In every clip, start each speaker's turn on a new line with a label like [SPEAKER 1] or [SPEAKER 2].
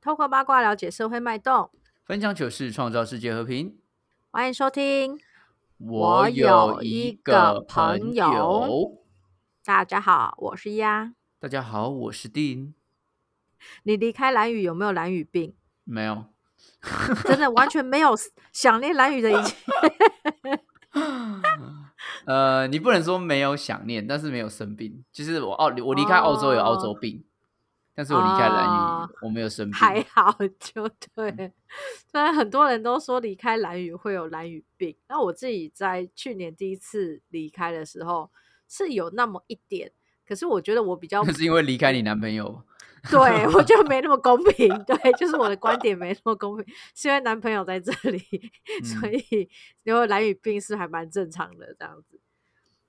[SPEAKER 1] 透过八卦了解社会脉动。
[SPEAKER 2] 分享糗事，创造世界和平。
[SPEAKER 1] 欢迎收听，
[SPEAKER 2] 我有一个朋
[SPEAKER 1] 我有一个朋友，大家好，我是丫。
[SPEAKER 2] 大家好，我是丁，
[SPEAKER 1] 你离开蓝雨有没有蓝雨病？
[SPEAKER 2] 没有，
[SPEAKER 1] 真的完全没有想念蓝雨的一切。
[SPEAKER 2] 呃，你不能说没有想念，但是没有生病。就是我澳，哦我离开澳洲有澳洲病，但是我离开蓝屿、
[SPEAKER 1] 哦
[SPEAKER 2] 我没有生病。
[SPEAKER 1] 还好就对，虽然很多人都说离开蓝屿会有蓝屿病，那我自己在去年第一次离开的时候是有那么一点，可是我觉得我比 较
[SPEAKER 2] 那是因为离开你男朋友。
[SPEAKER 1] 对我觉得没那么公平，对，就是我的观点没那么公平，是因为男朋友在这里， 所
[SPEAKER 2] 嗯
[SPEAKER 1] 以因为蓝屿病是还蛮正常的这样子。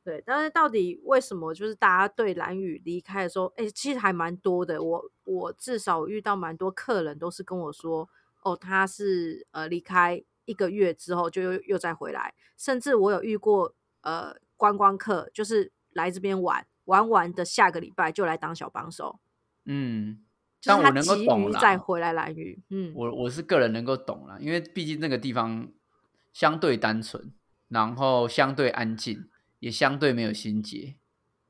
[SPEAKER 1] 对，但是到底为什么就是大家对蓝屿离开的时候，哎、其实还蛮多的。我我至少遇到蛮多客人都是跟我说，哦，他是呃离开一个月之后就又又再回来，甚至我有遇过呃观光客，就是来这边玩玩完的下个礼拜就来当小帮手，
[SPEAKER 2] 嗯，
[SPEAKER 1] 就
[SPEAKER 2] 但
[SPEAKER 1] 是
[SPEAKER 2] 我
[SPEAKER 1] 他
[SPEAKER 2] 能够
[SPEAKER 1] 急
[SPEAKER 2] 懂
[SPEAKER 1] 于
[SPEAKER 2] 啦
[SPEAKER 1] 再回来蓝屿。嗯，
[SPEAKER 2] 我我是个人能够懂啦，因为毕竟那个地方相对单纯，然后相对安静，也相对没有心结。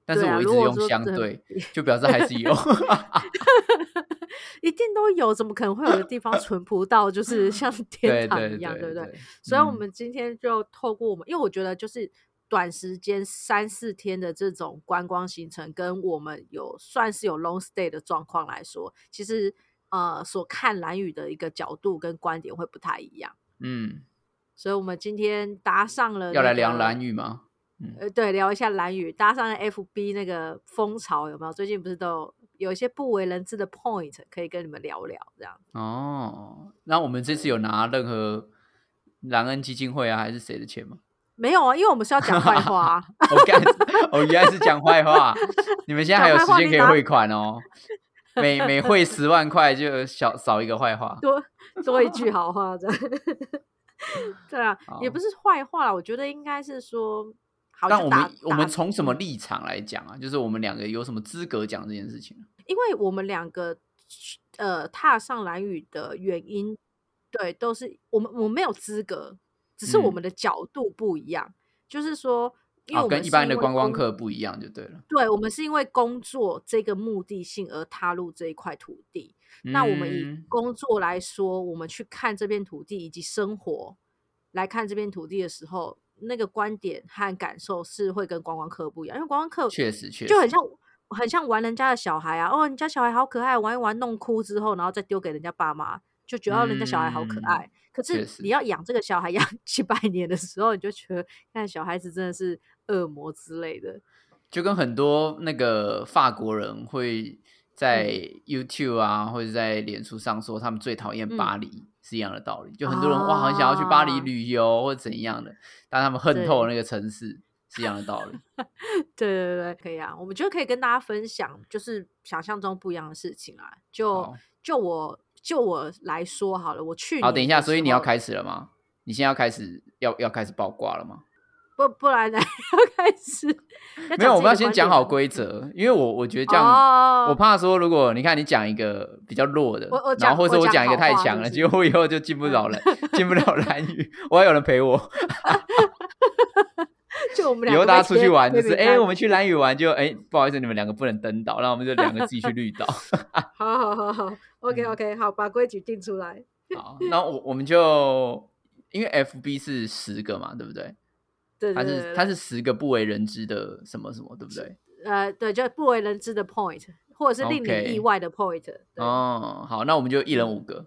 [SPEAKER 2] 但是
[SPEAKER 1] 对啊
[SPEAKER 2] 我一直
[SPEAKER 1] 如果
[SPEAKER 2] 用
[SPEAKER 1] 说
[SPEAKER 2] 相
[SPEAKER 1] 真的
[SPEAKER 2] 对，就表示还是有。
[SPEAKER 1] 一定都有，怎么可能会有的地方淳朴到就是像 天
[SPEAKER 2] 对
[SPEAKER 1] 堂
[SPEAKER 2] 对
[SPEAKER 1] 一样，对
[SPEAKER 2] 对
[SPEAKER 1] 不对？所以，我
[SPEAKER 2] 嗯
[SPEAKER 1] 们今天就透过我们，因为我觉得就是短时间三四天的这种观光行程，跟我们有算是有 long stay 的状况来说，其实呃所看蓝雨的一个角度跟观点会不太一样。
[SPEAKER 2] 嗯，
[SPEAKER 1] 所以，我们今天搭上了、
[SPEAKER 2] 要来聊
[SPEAKER 1] 蓝。
[SPEAKER 2] 蓝雨吗？
[SPEAKER 1] 呃，对，聊一下蓝宇，搭上了 FB 那个风潮有没有？最近不是都有有一些不为人知的 point 可以跟你们聊聊，这样
[SPEAKER 2] 哦，那我们这次有拿任何兰恩基金会啊，还是谁的钱吗？
[SPEAKER 1] 没有啊？因为我们是要讲坏话、 啊，
[SPEAKER 2] 我干，我原来是讲坏话。你们现在还有时间可以汇款哦，每每 汇十万块就少少一个坏话。
[SPEAKER 1] 多多一句好话这样。 对啊，也
[SPEAKER 2] 好
[SPEAKER 1] 不是坏话啦，我觉得应该是说，好，
[SPEAKER 2] 但
[SPEAKER 1] 就
[SPEAKER 2] 我
[SPEAKER 1] 打
[SPEAKER 2] 们我们
[SPEAKER 1] 打
[SPEAKER 2] 从什么
[SPEAKER 1] 嗯
[SPEAKER 2] 立场来讲啊？就是我们两个有什么资格讲这件事情？啊
[SPEAKER 1] 因为我们两个呃踏上蓝宇的原因，对，都是我们我们没有资格，只是我
[SPEAKER 2] 嗯
[SPEAKER 1] 们的角度不一样，就是说。因为
[SPEAKER 2] 啊，
[SPEAKER 1] 我们
[SPEAKER 2] 跟
[SPEAKER 1] 是
[SPEAKER 2] 一般
[SPEAKER 1] 因
[SPEAKER 2] 的
[SPEAKER 1] 为
[SPEAKER 2] 观光
[SPEAKER 1] 工
[SPEAKER 2] 客不一样就对了。
[SPEAKER 1] 对，我们是因为工作这个目的性而踏入这一块土地。那我们以
[SPEAKER 2] 嗯
[SPEAKER 1] 工作来说，我们去看这片土地以及生活来看这片土地的时候，那个观点和感受是会跟观光客不一样，因为观光客
[SPEAKER 2] 确实确实
[SPEAKER 1] 就很像很像玩人家的小孩啊，哦，你家小孩好可爱，玩一玩弄哭之后，然后再丢给人家爸妈，就觉得哦人家小孩好可
[SPEAKER 2] 嗯
[SPEAKER 1] 爱。可
[SPEAKER 2] 确
[SPEAKER 1] 是
[SPEAKER 2] 实
[SPEAKER 1] 你要养这个小孩养 几百年的时候，你就觉得看小孩子真的是恶魔之类的。
[SPEAKER 2] 就跟很多那个法国人会在
[SPEAKER 1] 嗯
[SPEAKER 2] YouTube 啊，或者在脸书上说他们最讨厌巴
[SPEAKER 1] 嗯
[SPEAKER 2] 黎、是一样的道理。就很多人、哇，很想要去巴黎
[SPEAKER 1] 啊
[SPEAKER 2] 旅游或者怎样的，但他们恨透
[SPEAKER 1] 对
[SPEAKER 2] 那个城市是一样的道理。
[SPEAKER 1] 对对对，可以啊，我们觉得可以跟大家分享，就是想象中不一样的事情啊。就
[SPEAKER 2] 好
[SPEAKER 1] 就我就我来说好了，我去
[SPEAKER 2] 好，
[SPEAKER 1] 年
[SPEAKER 2] 等一下，
[SPEAKER 1] 的
[SPEAKER 2] 所以
[SPEAKER 1] 时
[SPEAKER 2] 你要
[SPEAKER 1] 候
[SPEAKER 2] 开始了吗？你现在要开始要要开始爆挂了吗？
[SPEAKER 1] 不不然呢 要开始要
[SPEAKER 2] 没有，
[SPEAKER 1] 讲自己
[SPEAKER 2] 我们要
[SPEAKER 1] 的
[SPEAKER 2] 先
[SPEAKER 1] 观
[SPEAKER 2] 讲
[SPEAKER 1] 点
[SPEAKER 2] 好
[SPEAKER 1] 吗
[SPEAKER 2] 规则，因为我我觉得这样我
[SPEAKER 1] 哦，
[SPEAKER 2] 怕说，如果你看你讲一个比较弱的，
[SPEAKER 1] 我我
[SPEAKER 2] 然
[SPEAKER 1] 讲
[SPEAKER 2] 后或者
[SPEAKER 1] 我
[SPEAKER 2] 我
[SPEAKER 1] 讲
[SPEAKER 2] 讲一个
[SPEAKER 1] 好
[SPEAKER 2] 太
[SPEAKER 1] 话
[SPEAKER 2] 强
[SPEAKER 1] 是嗯
[SPEAKER 2] 了，
[SPEAKER 1] 不
[SPEAKER 2] 结
[SPEAKER 1] 是
[SPEAKER 2] 果我以后就进不了蓝，进不了蓝语，我要有人陪我。
[SPEAKER 1] 就我们
[SPEAKER 2] 以
[SPEAKER 1] 两
[SPEAKER 2] 后
[SPEAKER 1] 个
[SPEAKER 2] 大
[SPEAKER 1] 被
[SPEAKER 2] 家出去
[SPEAKER 1] 贴
[SPEAKER 2] 玩，就
[SPEAKER 1] 黑
[SPEAKER 2] 是
[SPEAKER 1] 名
[SPEAKER 2] 哎、
[SPEAKER 1] 单
[SPEAKER 2] 我们去蓝屿玩就，哎，不好意思，你们两个不能登岛，那我们就两个自己去 绿岛。
[SPEAKER 1] 好好好好，OK
[SPEAKER 2] 嗯
[SPEAKER 1] OK，好，把规矩定出来。
[SPEAKER 2] 好，那我我们就因为 FB 是十个嘛，对不对？
[SPEAKER 1] 对
[SPEAKER 2] 它
[SPEAKER 1] 对对
[SPEAKER 2] 是
[SPEAKER 1] 对，
[SPEAKER 2] 它是十个不为人知的什么什么，对不对？
[SPEAKER 1] 呃，对，就不为人知的 point，或者是令你
[SPEAKER 2] OK
[SPEAKER 1] 意外的 point 对。
[SPEAKER 2] 哦，好，那我们就一人五 个，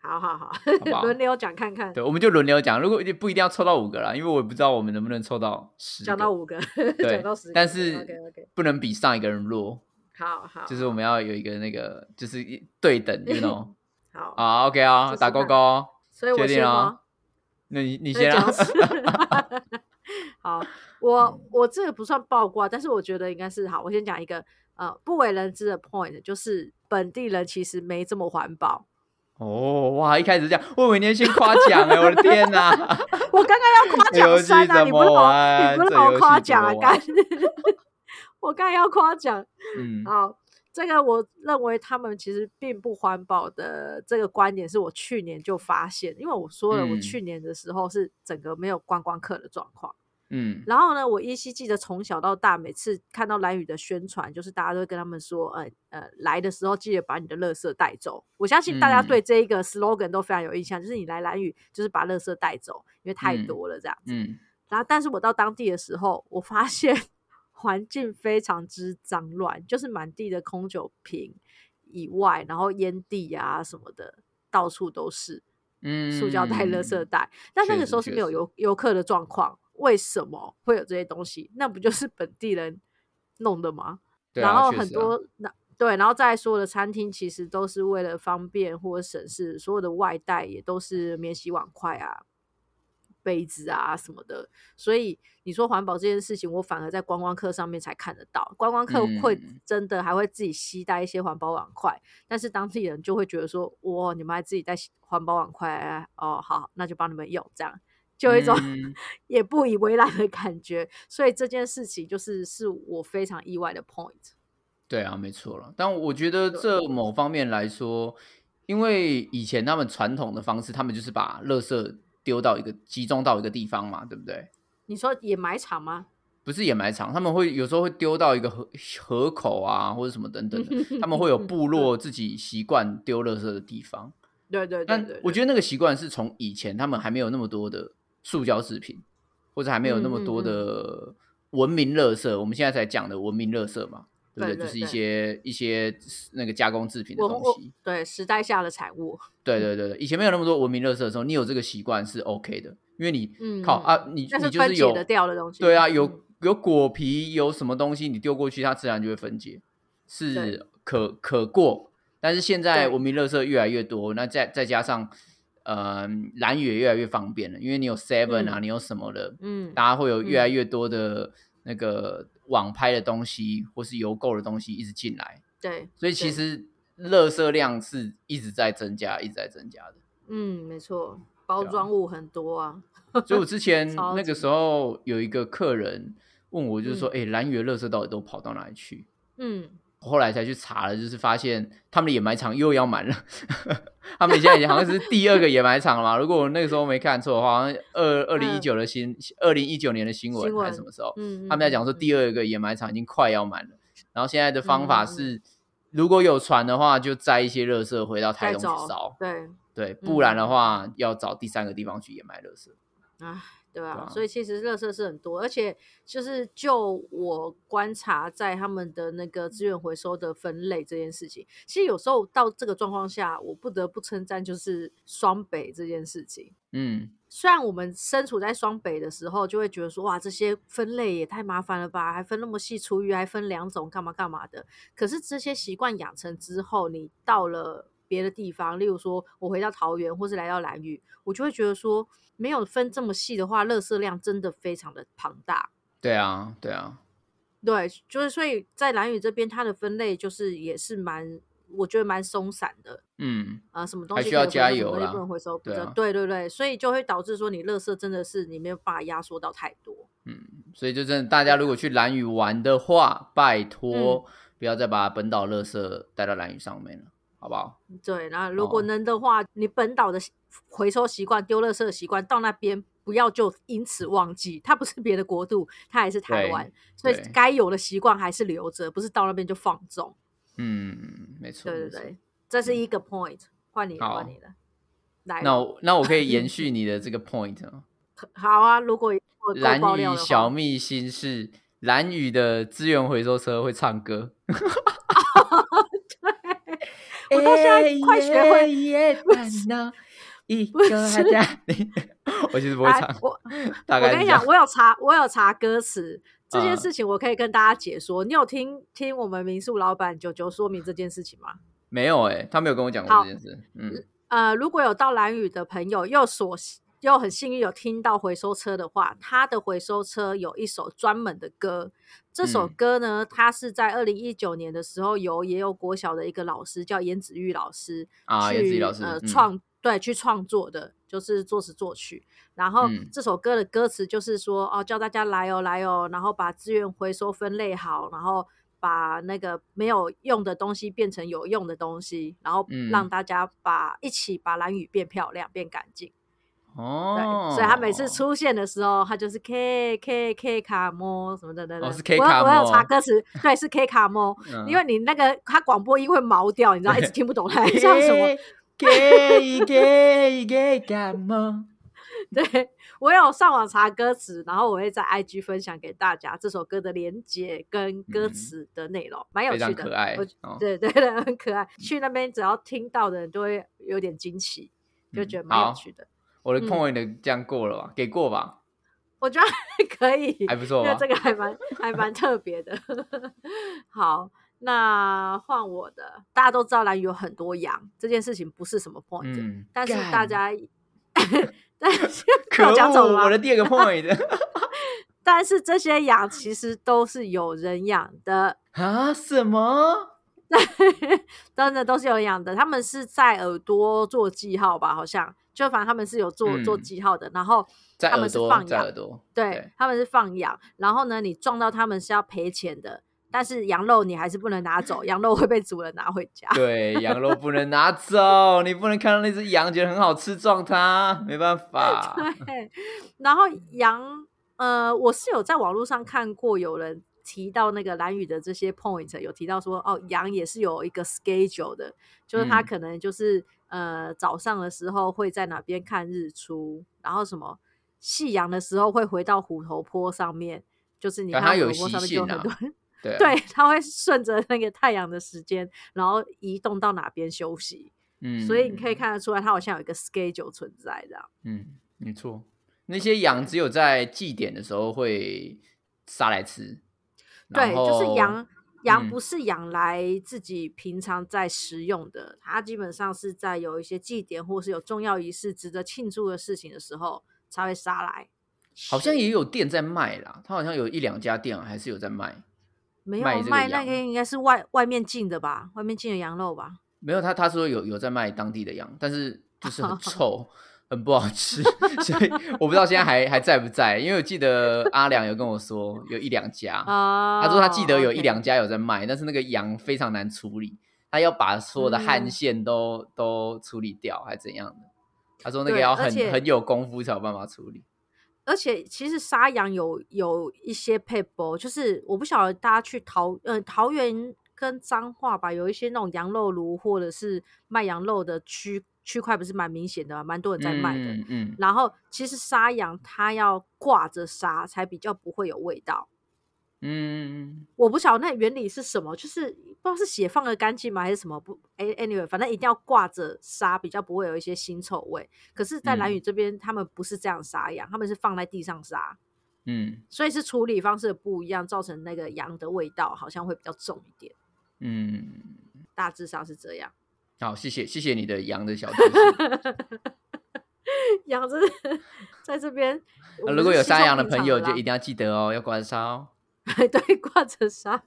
[SPEAKER 1] 好好好
[SPEAKER 2] 不好，
[SPEAKER 1] 轮流讲看看，
[SPEAKER 2] 对，我们就轮流讲，如果不一定要凑到五个啦，因为我也不知道我们能不能凑到十个。
[SPEAKER 1] 讲到五个，
[SPEAKER 2] 对
[SPEAKER 1] 讲到十个，
[SPEAKER 2] 但是
[SPEAKER 1] OK OK，
[SPEAKER 2] 不能比上一个人弱，
[SPEAKER 1] 好好，
[SPEAKER 2] 就是我们要有一个那个就是一 对等，you know
[SPEAKER 1] 好
[SPEAKER 2] 啊，OK 啊、
[SPEAKER 1] 试试
[SPEAKER 2] 打勾勾哦，
[SPEAKER 1] 所以我
[SPEAKER 2] 确定
[SPEAKER 1] 先
[SPEAKER 2] 哦
[SPEAKER 1] 吗？。
[SPEAKER 2] 那你你
[SPEAKER 1] 你
[SPEAKER 2] 先啊， 嗯
[SPEAKER 1] 好，我我这个不算爆挂，但是我觉得应该是好。我先讲一个呃不为人知的 point，就是本地人其实没这么环保。
[SPEAKER 2] 哦哇，一开始这样，我以为你要先夸奖哎，我的 天哪、
[SPEAKER 1] 我刚刚要夸
[SPEAKER 2] 这游
[SPEAKER 1] 奖
[SPEAKER 2] 戏
[SPEAKER 1] 山啊，
[SPEAKER 2] 怎
[SPEAKER 1] 你不
[SPEAKER 2] 么
[SPEAKER 1] 是把我
[SPEAKER 2] 玩
[SPEAKER 1] 你不是
[SPEAKER 2] 这
[SPEAKER 1] 把
[SPEAKER 2] 游
[SPEAKER 1] 我夸啊
[SPEAKER 2] 戏怎
[SPEAKER 1] 奖
[SPEAKER 2] 么
[SPEAKER 1] 啊，
[SPEAKER 2] 玩
[SPEAKER 1] 干！我刚才要夸奖，
[SPEAKER 2] 嗯，
[SPEAKER 1] 好，这个我认为他们其实并不环保的这个观点，是我去年就发现，因为我说了，我
[SPEAKER 2] 嗯
[SPEAKER 1] 去年的时候是整个没有观光客的状况。
[SPEAKER 2] 嗯
[SPEAKER 1] 然后呢，我依稀记得从小到大，每次看到蓝宇的宣传，就是大家都会跟他们说，呃呃，来的时候记得把你的垃圾带走。我相信大家
[SPEAKER 2] 嗯
[SPEAKER 1] 对这一个 slogan 都非常有印象，就是你来蓝宇就是把垃圾带走，因为太
[SPEAKER 2] 嗯
[SPEAKER 1] 多了这样子。
[SPEAKER 2] 嗯，
[SPEAKER 1] 然后，但是我到当地的时候，我发现 环境非常之脏乱，就是满地的空酒瓶以外，然后烟蒂啊什么的，到处都是
[SPEAKER 2] 嗯，
[SPEAKER 1] 塑胶袋、垃圾袋。但那
[SPEAKER 2] 确
[SPEAKER 1] 个
[SPEAKER 2] 实
[SPEAKER 1] 时候是
[SPEAKER 2] 确
[SPEAKER 1] 没有
[SPEAKER 2] 实
[SPEAKER 1] 游游客的状况，为什么会有这些东西？那不就是本地人弄的吗？
[SPEAKER 2] 对啊，
[SPEAKER 1] 然后
[SPEAKER 2] 确
[SPEAKER 1] 很
[SPEAKER 2] 实啊
[SPEAKER 1] 多那、对，然后再来所有的餐厅其实都是为了方便或者省事，所有的外带也都是免洗碗筷啊、杯子啊什么的。所以你说环保这件事情，我反而在观光客上面才看得到，观光客会
[SPEAKER 2] 嗯
[SPEAKER 1] 真的还会自己携带一些环保碗筷，但是当地人就会觉得说，哇，你们还自己带环保碗筷啊，哦，好，那就帮你们用这样。就有一种、
[SPEAKER 2] 嗯
[SPEAKER 1] 也不以为然的感觉，所以这件事情就是是我非常意外的 point。
[SPEAKER 2] 对啊，没错了。但我觉得这某方面来说，因为以前他们传统的方式，他们就是把垃圾丢到一个集中到一个地方嘛，对不对？
[SPEAKER 1] 你说掩埋场吗？
[SPEAKER 2] 不是掩埋场，他们会有时候会丢到一个河河口啊，或者什么等等
[SPEAKER 1] 嗯
[SPEAKER 2] 的，他们会有部落自己习惯丢垃圾的地方。
[SPEAKER 1] 对对对
[SPEAKER 2] 但
[SPEAKER 1] 对，
[SPEAKER 2] 我觉得那个习惯是从以前他们还没有那么多的塑胶制品，或者还没有
[SPEAKER 1] 嗯
[SPEAKER 2] 那么多的文明垃圾，我们现在才讲的文明垃圾嘛，对不
[SPEAKER 1] 对对
[SPEAKER 2] 对？就是一些一些那个加工制品的
[SPEAKER 1] 我
[SPEAKER 2] 东
[SPEAKER 1] 我
[SPEAKER 2] 西。
[SPEAKER 1] 对时代下的产物，
[SPEAKER 2] 对对对对，以前没有那么多文明垃圾的时候，你有这个习惯是 OK 的，因为你
[SPEAKER 1] 嗯
[SPEAKER 2] 靠啊，你
[SPEAKER 1] 但
[SPEAKER 2] 你就
[SPEAKER 1] 分
[SPEAKER 2] 是
[SPEAKER 1] 解
[SPEAKER 2] 有
[SPEAKER 1] 得掉的东西。
[SPEAKER 2] 对啊，有
[SPEAKER 1] 嗯
[SPEAKER 2] 有果皮，有什么东西你丢过去，它自然就会分解，
[SPEAKER 1] 对
[SPEAKER 2] 是可可过。但是现在
[SPEAKER 1] 对
[SPEAKER 2] 文明垃圾越来越多，那再再加上，呃，蓝雨也越来越方便了，因为你有 Seven 啊，
[SPEAKER 1] 嗯
[SPEAKER 2] 你有什么的，
[SPEAKER 1] 嗯，
[SPEAKER 2] 大家会有越来越多的那个网拍的东西，或是邮购的东西一直进来，
[SPEAKER 1] 对，
[SPEAKER 2] 所以其
[SPEAKER 1] 对
[SPEAKER 2] 实垃圾量是一直在增加，一直在增加的。
[SPEAKER 1] 嗯，没错，包
[SPEAKER 2] 对啊
[SPEAKER 1] 装物很多啊。
[SPEAKER 2] 所以我之前
[SPEAKER 1] 超
[SPEAKER 2] 那个
[SPEAKER 1] 级
[SPEAKER 2] 时候有一个客人问我，就是说，
[SPEAKER 1] 嗯
[SPEAKER 2] 哎、蓝鱼的垃圾到底都跑到哪里去？
[SPEAKER 1] 嗯，
[SPEAKER 2] 我后来才去查了，就是发现他们的掩埋场又要满了， 他们现在已经好像是第二个掩埋场了嘛。如果我那个时候没看错的话，好像二二零一九的新二零一九年的新
[SPEAKER 1] 嗯新
[SPEAKER 2] 闻
[SPEAKER 1] 闻
[SPEAKER 2] 还是什么时候，
[SPEAKER 1] 嗯，
[SPEAKER 2] 他们在讲说
[SPEAKER 1] 嗯
[SPEAKER 2] 第二个掩埋场已经快要满了，然后现在的方
[SPEAKER 1] 嗯
[SPEAKER 2] 法
[SPEAKER 1] 嗯嗯
[SPEAKER 2] 是，如果有船的话，就载一些垃圾回到
[SPEAKER 1] 带
[SPEAKER 2] 台东去
[SPEAKER 1] 走
[SPEAKER 2] 烧，
[SPEAKER 1] 对，
[SPEAKER 2] 对，不然
[SPEAKER 1] 嗯
[SPEAKER 2] 的话要找第三个地方去掩埋垃圾。
[SPEAKER 1] 唉，对啊，
[SPEAKER 2] 啊
[SPEAKER 1] 所以其实垃圾是很多，而且就是就我观察，在他们的那个资源回收的分类这件事情，其实有时候到这个状况下，我不得不称赞就是双北这件事情。
[SPEAKER 2] 嗯，
[SPEAKER 1] 虽然我们身处在双北的时候，就会觉得说哇，这些分类也太麻烦了吧，还分那么细，厨余还分两种，干嘛干嘛的。可是这些习惯养成之后，你到了别的地方，例如说我回到桃园，或是来到兰屿，我就会觉得说，没有分这么细的话，垃圾量真的非常的庞大。
[SPEAKER 2] 对啊，对啊，
[SPEAKER 1] 对，就是所以在兰屿这边，它的分类就是也是蛮，我觉得蛮松散的。
[SPEAKER 2] 嗯，
[SPEAKER 1] 啊，什么东
[SPEAKER 2] 还
[SPEAKER 1] 西
[SPEAKER 2] 需
[SPEAKER 1] 可以
[SPEAKER 2] 要
[SPEAKER 1] 回
[SPEAKER 2] 加
[SPEAKER 1] 收，什
[SPEAKER 2] 油
[SPEAKER 1] 么东西
[SPEAKER 2] 啦
[SPEAKER 1] 不能回收，不
[SPEAKER 2] 对
[SPEAKER 1] 知道
[SPEAKER 2] 啊
[SPEAKER 1] 对对对，所以就会导致说你垃圾真的是你没有办法压缩到太多。
[SPEAKER 2] 所以就真的，大家如果去蓝屿玩的话，拜托、
[SPEAKER 1] 嗯
[SPEAKER 2] 不要再把本岛垃圾带到蓝屿上面了，好不好？
[SPEAKER 1] 对，然后如果
[SPEAKER 2] 哦
[SPEAKER 1] 能的话，你本岛的习回收习惯、丢垃圾的习惯到那边不要就因此忘记，它不是别的国度，它还是台
[SPEAKER 2] 对
[SPEAKER 1] 湾，所以
[SPEAKER 2] 对
[SPEAKER 1] 该有的习惯还是留着，不是到那边就放纵。
[SPEAKER 2] 嗯，没错，
[SPEAKER 1] 对对
[SPEAKER 2] 没错
[SPEAKER 1] 对，这是一个 point，换你了，换
[SPEAKER 2] 嗯好
[SPEAKER 1] 你了，来
[SPEAKER 2] 那
[SPEAKER 1] 吧，
[SPEAKER 2] 我那我可 以延续你的这个 point 吗？
[SPEAKER 1] 好啊，如果我够
[SPEAKER 2] 蓝
[SPEAKER 1] 爆料
[SPEAKER 2] 屿
[SPEAKER 1] 的
[SPEAKER 2] 小
[SPEAKER 1] 话，
[SPEAKER 2] 秘辛是蓝屿的资源回收车会唱歌，
[SPEAKER 1] 我到现
[SPEAKER 2] 哎
[SPEAKER 1] 在快学会
[SPEAKER 2] 耶，耶但那一个还在 我其实不会
[SPEAKER 1] 来
[SPEAKER 2] 唱，
[SPEAKER 1] 啊我
[SPEAKER 2] 大
[SPEAKER 1] 我跟
[SPEAKER 2] 概是
[SPEAKER 1] 你
[SPEAKER 2] 这样
[SPEAKER 1] 讲，。我有查，我有查歌词这件
[SPEAKER 2] 嗯
[SPEAKER 1] 事情，我可以跟大家解说。你有听听我们民宿老板九九说明这件事情吗？
[SPEAKER 2] 没有哎、他没有跟我讲过
[SPEAKER 1] 好
[SPEAKER 2] 这件事。嗯，
[SPEAKER 1] 呃，如果有到蓝屿的朋友，又所又很幸运有听到回收车的话，它的回收车有一首专门的歌。这首
[SPEAKER 2] 嗯
[SPEAKER 1] 歌呢，它是在二零一九年的时候由也有国小的一个老师叫严子玉老师
[SPEAKER 2] 啊，
[SPEAKER 1] 去
[SPEAKER 2] 也自己老师
[SPEAKER 1] 呃
[SPEAKER 2] 嗯
[SPEAKER 1] 创对去创作的，就是作词作曲。然后
[SPEAKER 2] 嗯
[SPEAKER 1] 这首歌的歌词就是说哦，叫大家来哦来哦，然后把资源回收分类好，然后。把那个没有用的东西变成有用的东西，然后
[SPEAKER 2] 嗯
[SPEAKER 1] 让大家把、一起把蓝雨变漂亮、变干净。
[SPEAKER 2] 哦
[SPEAKER 1] 对，，所以他每次出现的时候，他就是 K K K 卡莫什么的等等。
[SPEAKER 2] 哦是 K
[SPEAKER 1] 我有
[SPEAKER 2] 卡
[SPEAKER 1] 我有
[SPEAKER 2] 莫
[SPEAKER 1] 查歌词，对，是 K 卡莫，
[SPEAKER 2] 嗯，
[SPEAKER 1] 因为你那个他广播音会毛掉，你知道，一直听不懂 他在
[SPEAKER 2] 给
[SPEAKER 1] 唱什 么。
[SPEAKER 2] 给给给感冒，
[SPEAKER 1] 对我有上网查歌词，然后我会在 IG 分享给大家这首歌的连接跟歌
[SPEAKER 2] 嗯
[SPEAKER 1] 词的内容，蛮有
[SPEAKER 2] 非
[SPEAKER 1] 趣
[SPEAKER 2] 常
[SPEAKER 1] 的，
[SPEAKER 2] 可爱
[SPEAKER 1] 我。
[SPEAKER 2] 哦
[SPEAKER 1] 对对对，很可爱。去那边只要听到的人都会有点惊奇，就
[SPEAKER 2] 嗯
[SPEAKER 1] 觉得蛮有
[SPEAKER 2] 好
[SPEAKER 1] 趣的。
[SPEAKER 2] 我的
[SPEAKER 1] 嗯
[SPEAKER 2] point 这样过了吧？给过吧，
[SPEAKER 1] 我觉得还可以，
[SPEAKER 2] 还不错啊
[SPEAKER 1] 因为
[SPEAKER 2] 吧？
[SPEAKER 1] 这个还蛮还蛮特别的。 好，那换我的。大家都知道蓝屿有很多羊，这件事情不是什么 point，、
[SPEAKER 2] 嗯，
[SPEAKER 1] 但是
[SPEAKER 2] 干
[SPEAKER 1] 大 家， 但是
[SPEAKER 2] 可
[SPEAKER 1] 我讲啊走了
[SPEAKER 2] 恶，
[SPEAKER 1] 吗
[SPEAKER 2] 我的第二个 point
[SPEAKER 1] 但是这些羊其实都是有人养的，
[SPEAKER 2] 啊？什么？
[SPEAKER 1] 真的都是有人养的。他们是在耳朵做记号吧？好像就反正他们是有做、做
[SPEAKER 2] 嗯
[SPEAKER 1] 记号的，然后
[SPEAKER 2] 在
[SPEAKER 1] 他
[SPEAKER 2] 耳
[SPEAKER 1] 们是
[SPEAKER 2] 朵，
[SPEAKER 1] 放
[SPEAKER 2] 在
[SPEAKER 1] 羊
[SPEAKER 2] 耳朵。
[SPEAKER 1] 对，他们是放羊，然后呢，你撞到他们是要赔钱的，但是羊肉你还是不能拿走，羊肉会被主人拿回家。
[SPEAKER 2] 对，羊肉不能拿走，你不能看到那只羊觉得很好吃撞它，没办法。
[SPEAKER 1] 对，然后羊，呃，我是有在网络上看过有人提到那个蓝宇的这些 point，有提到说哦，羊也是有一个 schedule 的，就是它
[SPEAKER 2] 嗯
[SPEAKER 1] 可能就是、呃早上的时候会在哪边看日出，然后什么夕阳的时候会回到虎头坡上面，就是你
[SPEAKER 2] 但
[SPEAKER 1] 看
[SPEAKER 2] 它
[SPEAKER 1] 到
[SPEAKER 2] 有
[SPEAKER 1] 虎头坡
[SPEAKER 2] 习
[SPEAKER 1] 上面就有很
[SPEAKER 2] 性啊
[SPEAKER 1] 多 人
[SPEAKER 2] 对 啊
[SPEAKER 1] 对，它会顺着那个太阳的时间，然后移动到哪边休息，
[SPEAKER 2] 嗯，
[SPEAKER 1] 所以你可以，看得出来，它好像有一个 schedule 存在这样。
[SPEAKER 2] 嗯，没错，那些羊只有在祭典的时候会杀来吃，
[SPEAKER 1] 对，就是
[SPEAKER 2] 然后
[SPEAKER 1] 羊，羊
[SPEAKER 2] 嗯
[SPEAKER 1] 不是养来自己平常在食用的，它基本上是在有一些祭典或是有重要仪式值得庆祝的事情的时候才会杀来。
[SPEAKER 2] 好像也有店在卖啦，它好像有一两家店还是有在卖，
[SPEAKER 1] 没有
[SPEAKER 2] 卖这个
[SPEAKER 1] 卖那
[SPEAKER 2] 羊
[SPEAKER 1] 个应该是外外面进的吧，外面进的羊肉吧。
[SPEAKER 2] 没有他他说有有在卖当地的羊，但是就是 很臭，很不好吃，所以我不知道现在还还在不在，因为我记得阿良有跟我说有一 两家，
[SPEAKER 1] 啊、
[SPEAKER 2] 他说他记得有
[SPEAKER 1] OK
[SPEAKER 2] 一两家有在卖，但是那个羊非常难处理，他要把所有的汗
[SPEAKER 1] 嗯
[SPEAKER 2] 腺都、都处理掉，还怎样的？他说那个
[SPEAKER 1] 对
[SPEAKER 2] 要
[SPEAKER 1] 而
[SPEAKER 2] 很
[SPEAKER 1] 且
[SPEAKER 2] 很有功夫才有办法处理。
[SPEAKER 1] 而且其实杀羊有有一些配博，就是我不晓得大家去桃呃桃园跟彰化吧，有一些那种羊肉炉或者是卖羊肉的区区块，不是蛮明显的嘛，蛮多人在卖的。
[SPEAKER 2] 嗯嗯，
[SPEAKER 1] 然后其实杀羊它要挂着杀才比较不会有味道。
[SPEAKER 2] 嗯，
[SPEAKER 1] 我不晓得那原理是什么，就是不知道是血放的干净吗，还是什么不哎 anyway，反正一定要挂着杀，比较不会有一些腥臭味。可是，在蓝
[SPEAKER 2] 嗯
[SPEAKER 1] 宇这边，他们不是这样杀羊，他们是放在地上杀。
[SPEAKER 2] 嗯
[SPEAKER 1] 所以是处理方式不一样，造成那个羊的味道好像会比较重一点，
[SPEAKER 2] 嗯，
[SPEAKER 1] 大致上是这样。
[SPEAKER 2] 好，谢谢谢谢你的羊的小知识。
[SPEAKER 1] 羊真的在这边， 我
[SPEAKER 2] 呃
[SPEAKER 1] 们
[SPEAKER 2] 如果
[SPEAKER 1] 是
[SPEAKER 2] 有
[SPEAKER 1] 稀
[SPEAKER 2] 杀
[SPEAKER 1] 松
[SPEAKER 2] 羊的
[SPEAKER 1] 平
[SPEAKER 2] 朋
[SPEAKER 1] 常
[SPEAKER 2] 友，
[SPEAKER 1] 啦
[SPEAKER 2] 就一定要记得哦，要关杀哦。
[SPEAKER 1] 对挂着杀。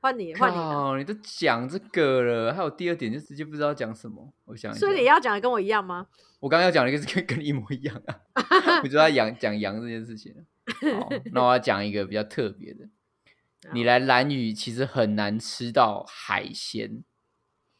[SPEAKER 1] 换你，换你了。
[SPEAKER 2] 靠，你都讲这个了，还有第二点就直接不知道讲什么。我想一下，
[SPEAKER 1] 所以你要讲的跟我一样吗？
[SPEAKER 2] 我刚刚要讲的一个是跟 跟你一模一样啊， 我就要讲讲羊这件事情了。好，那我要讲一个比较特别的，你来兰屿其实很难吃到海鲜，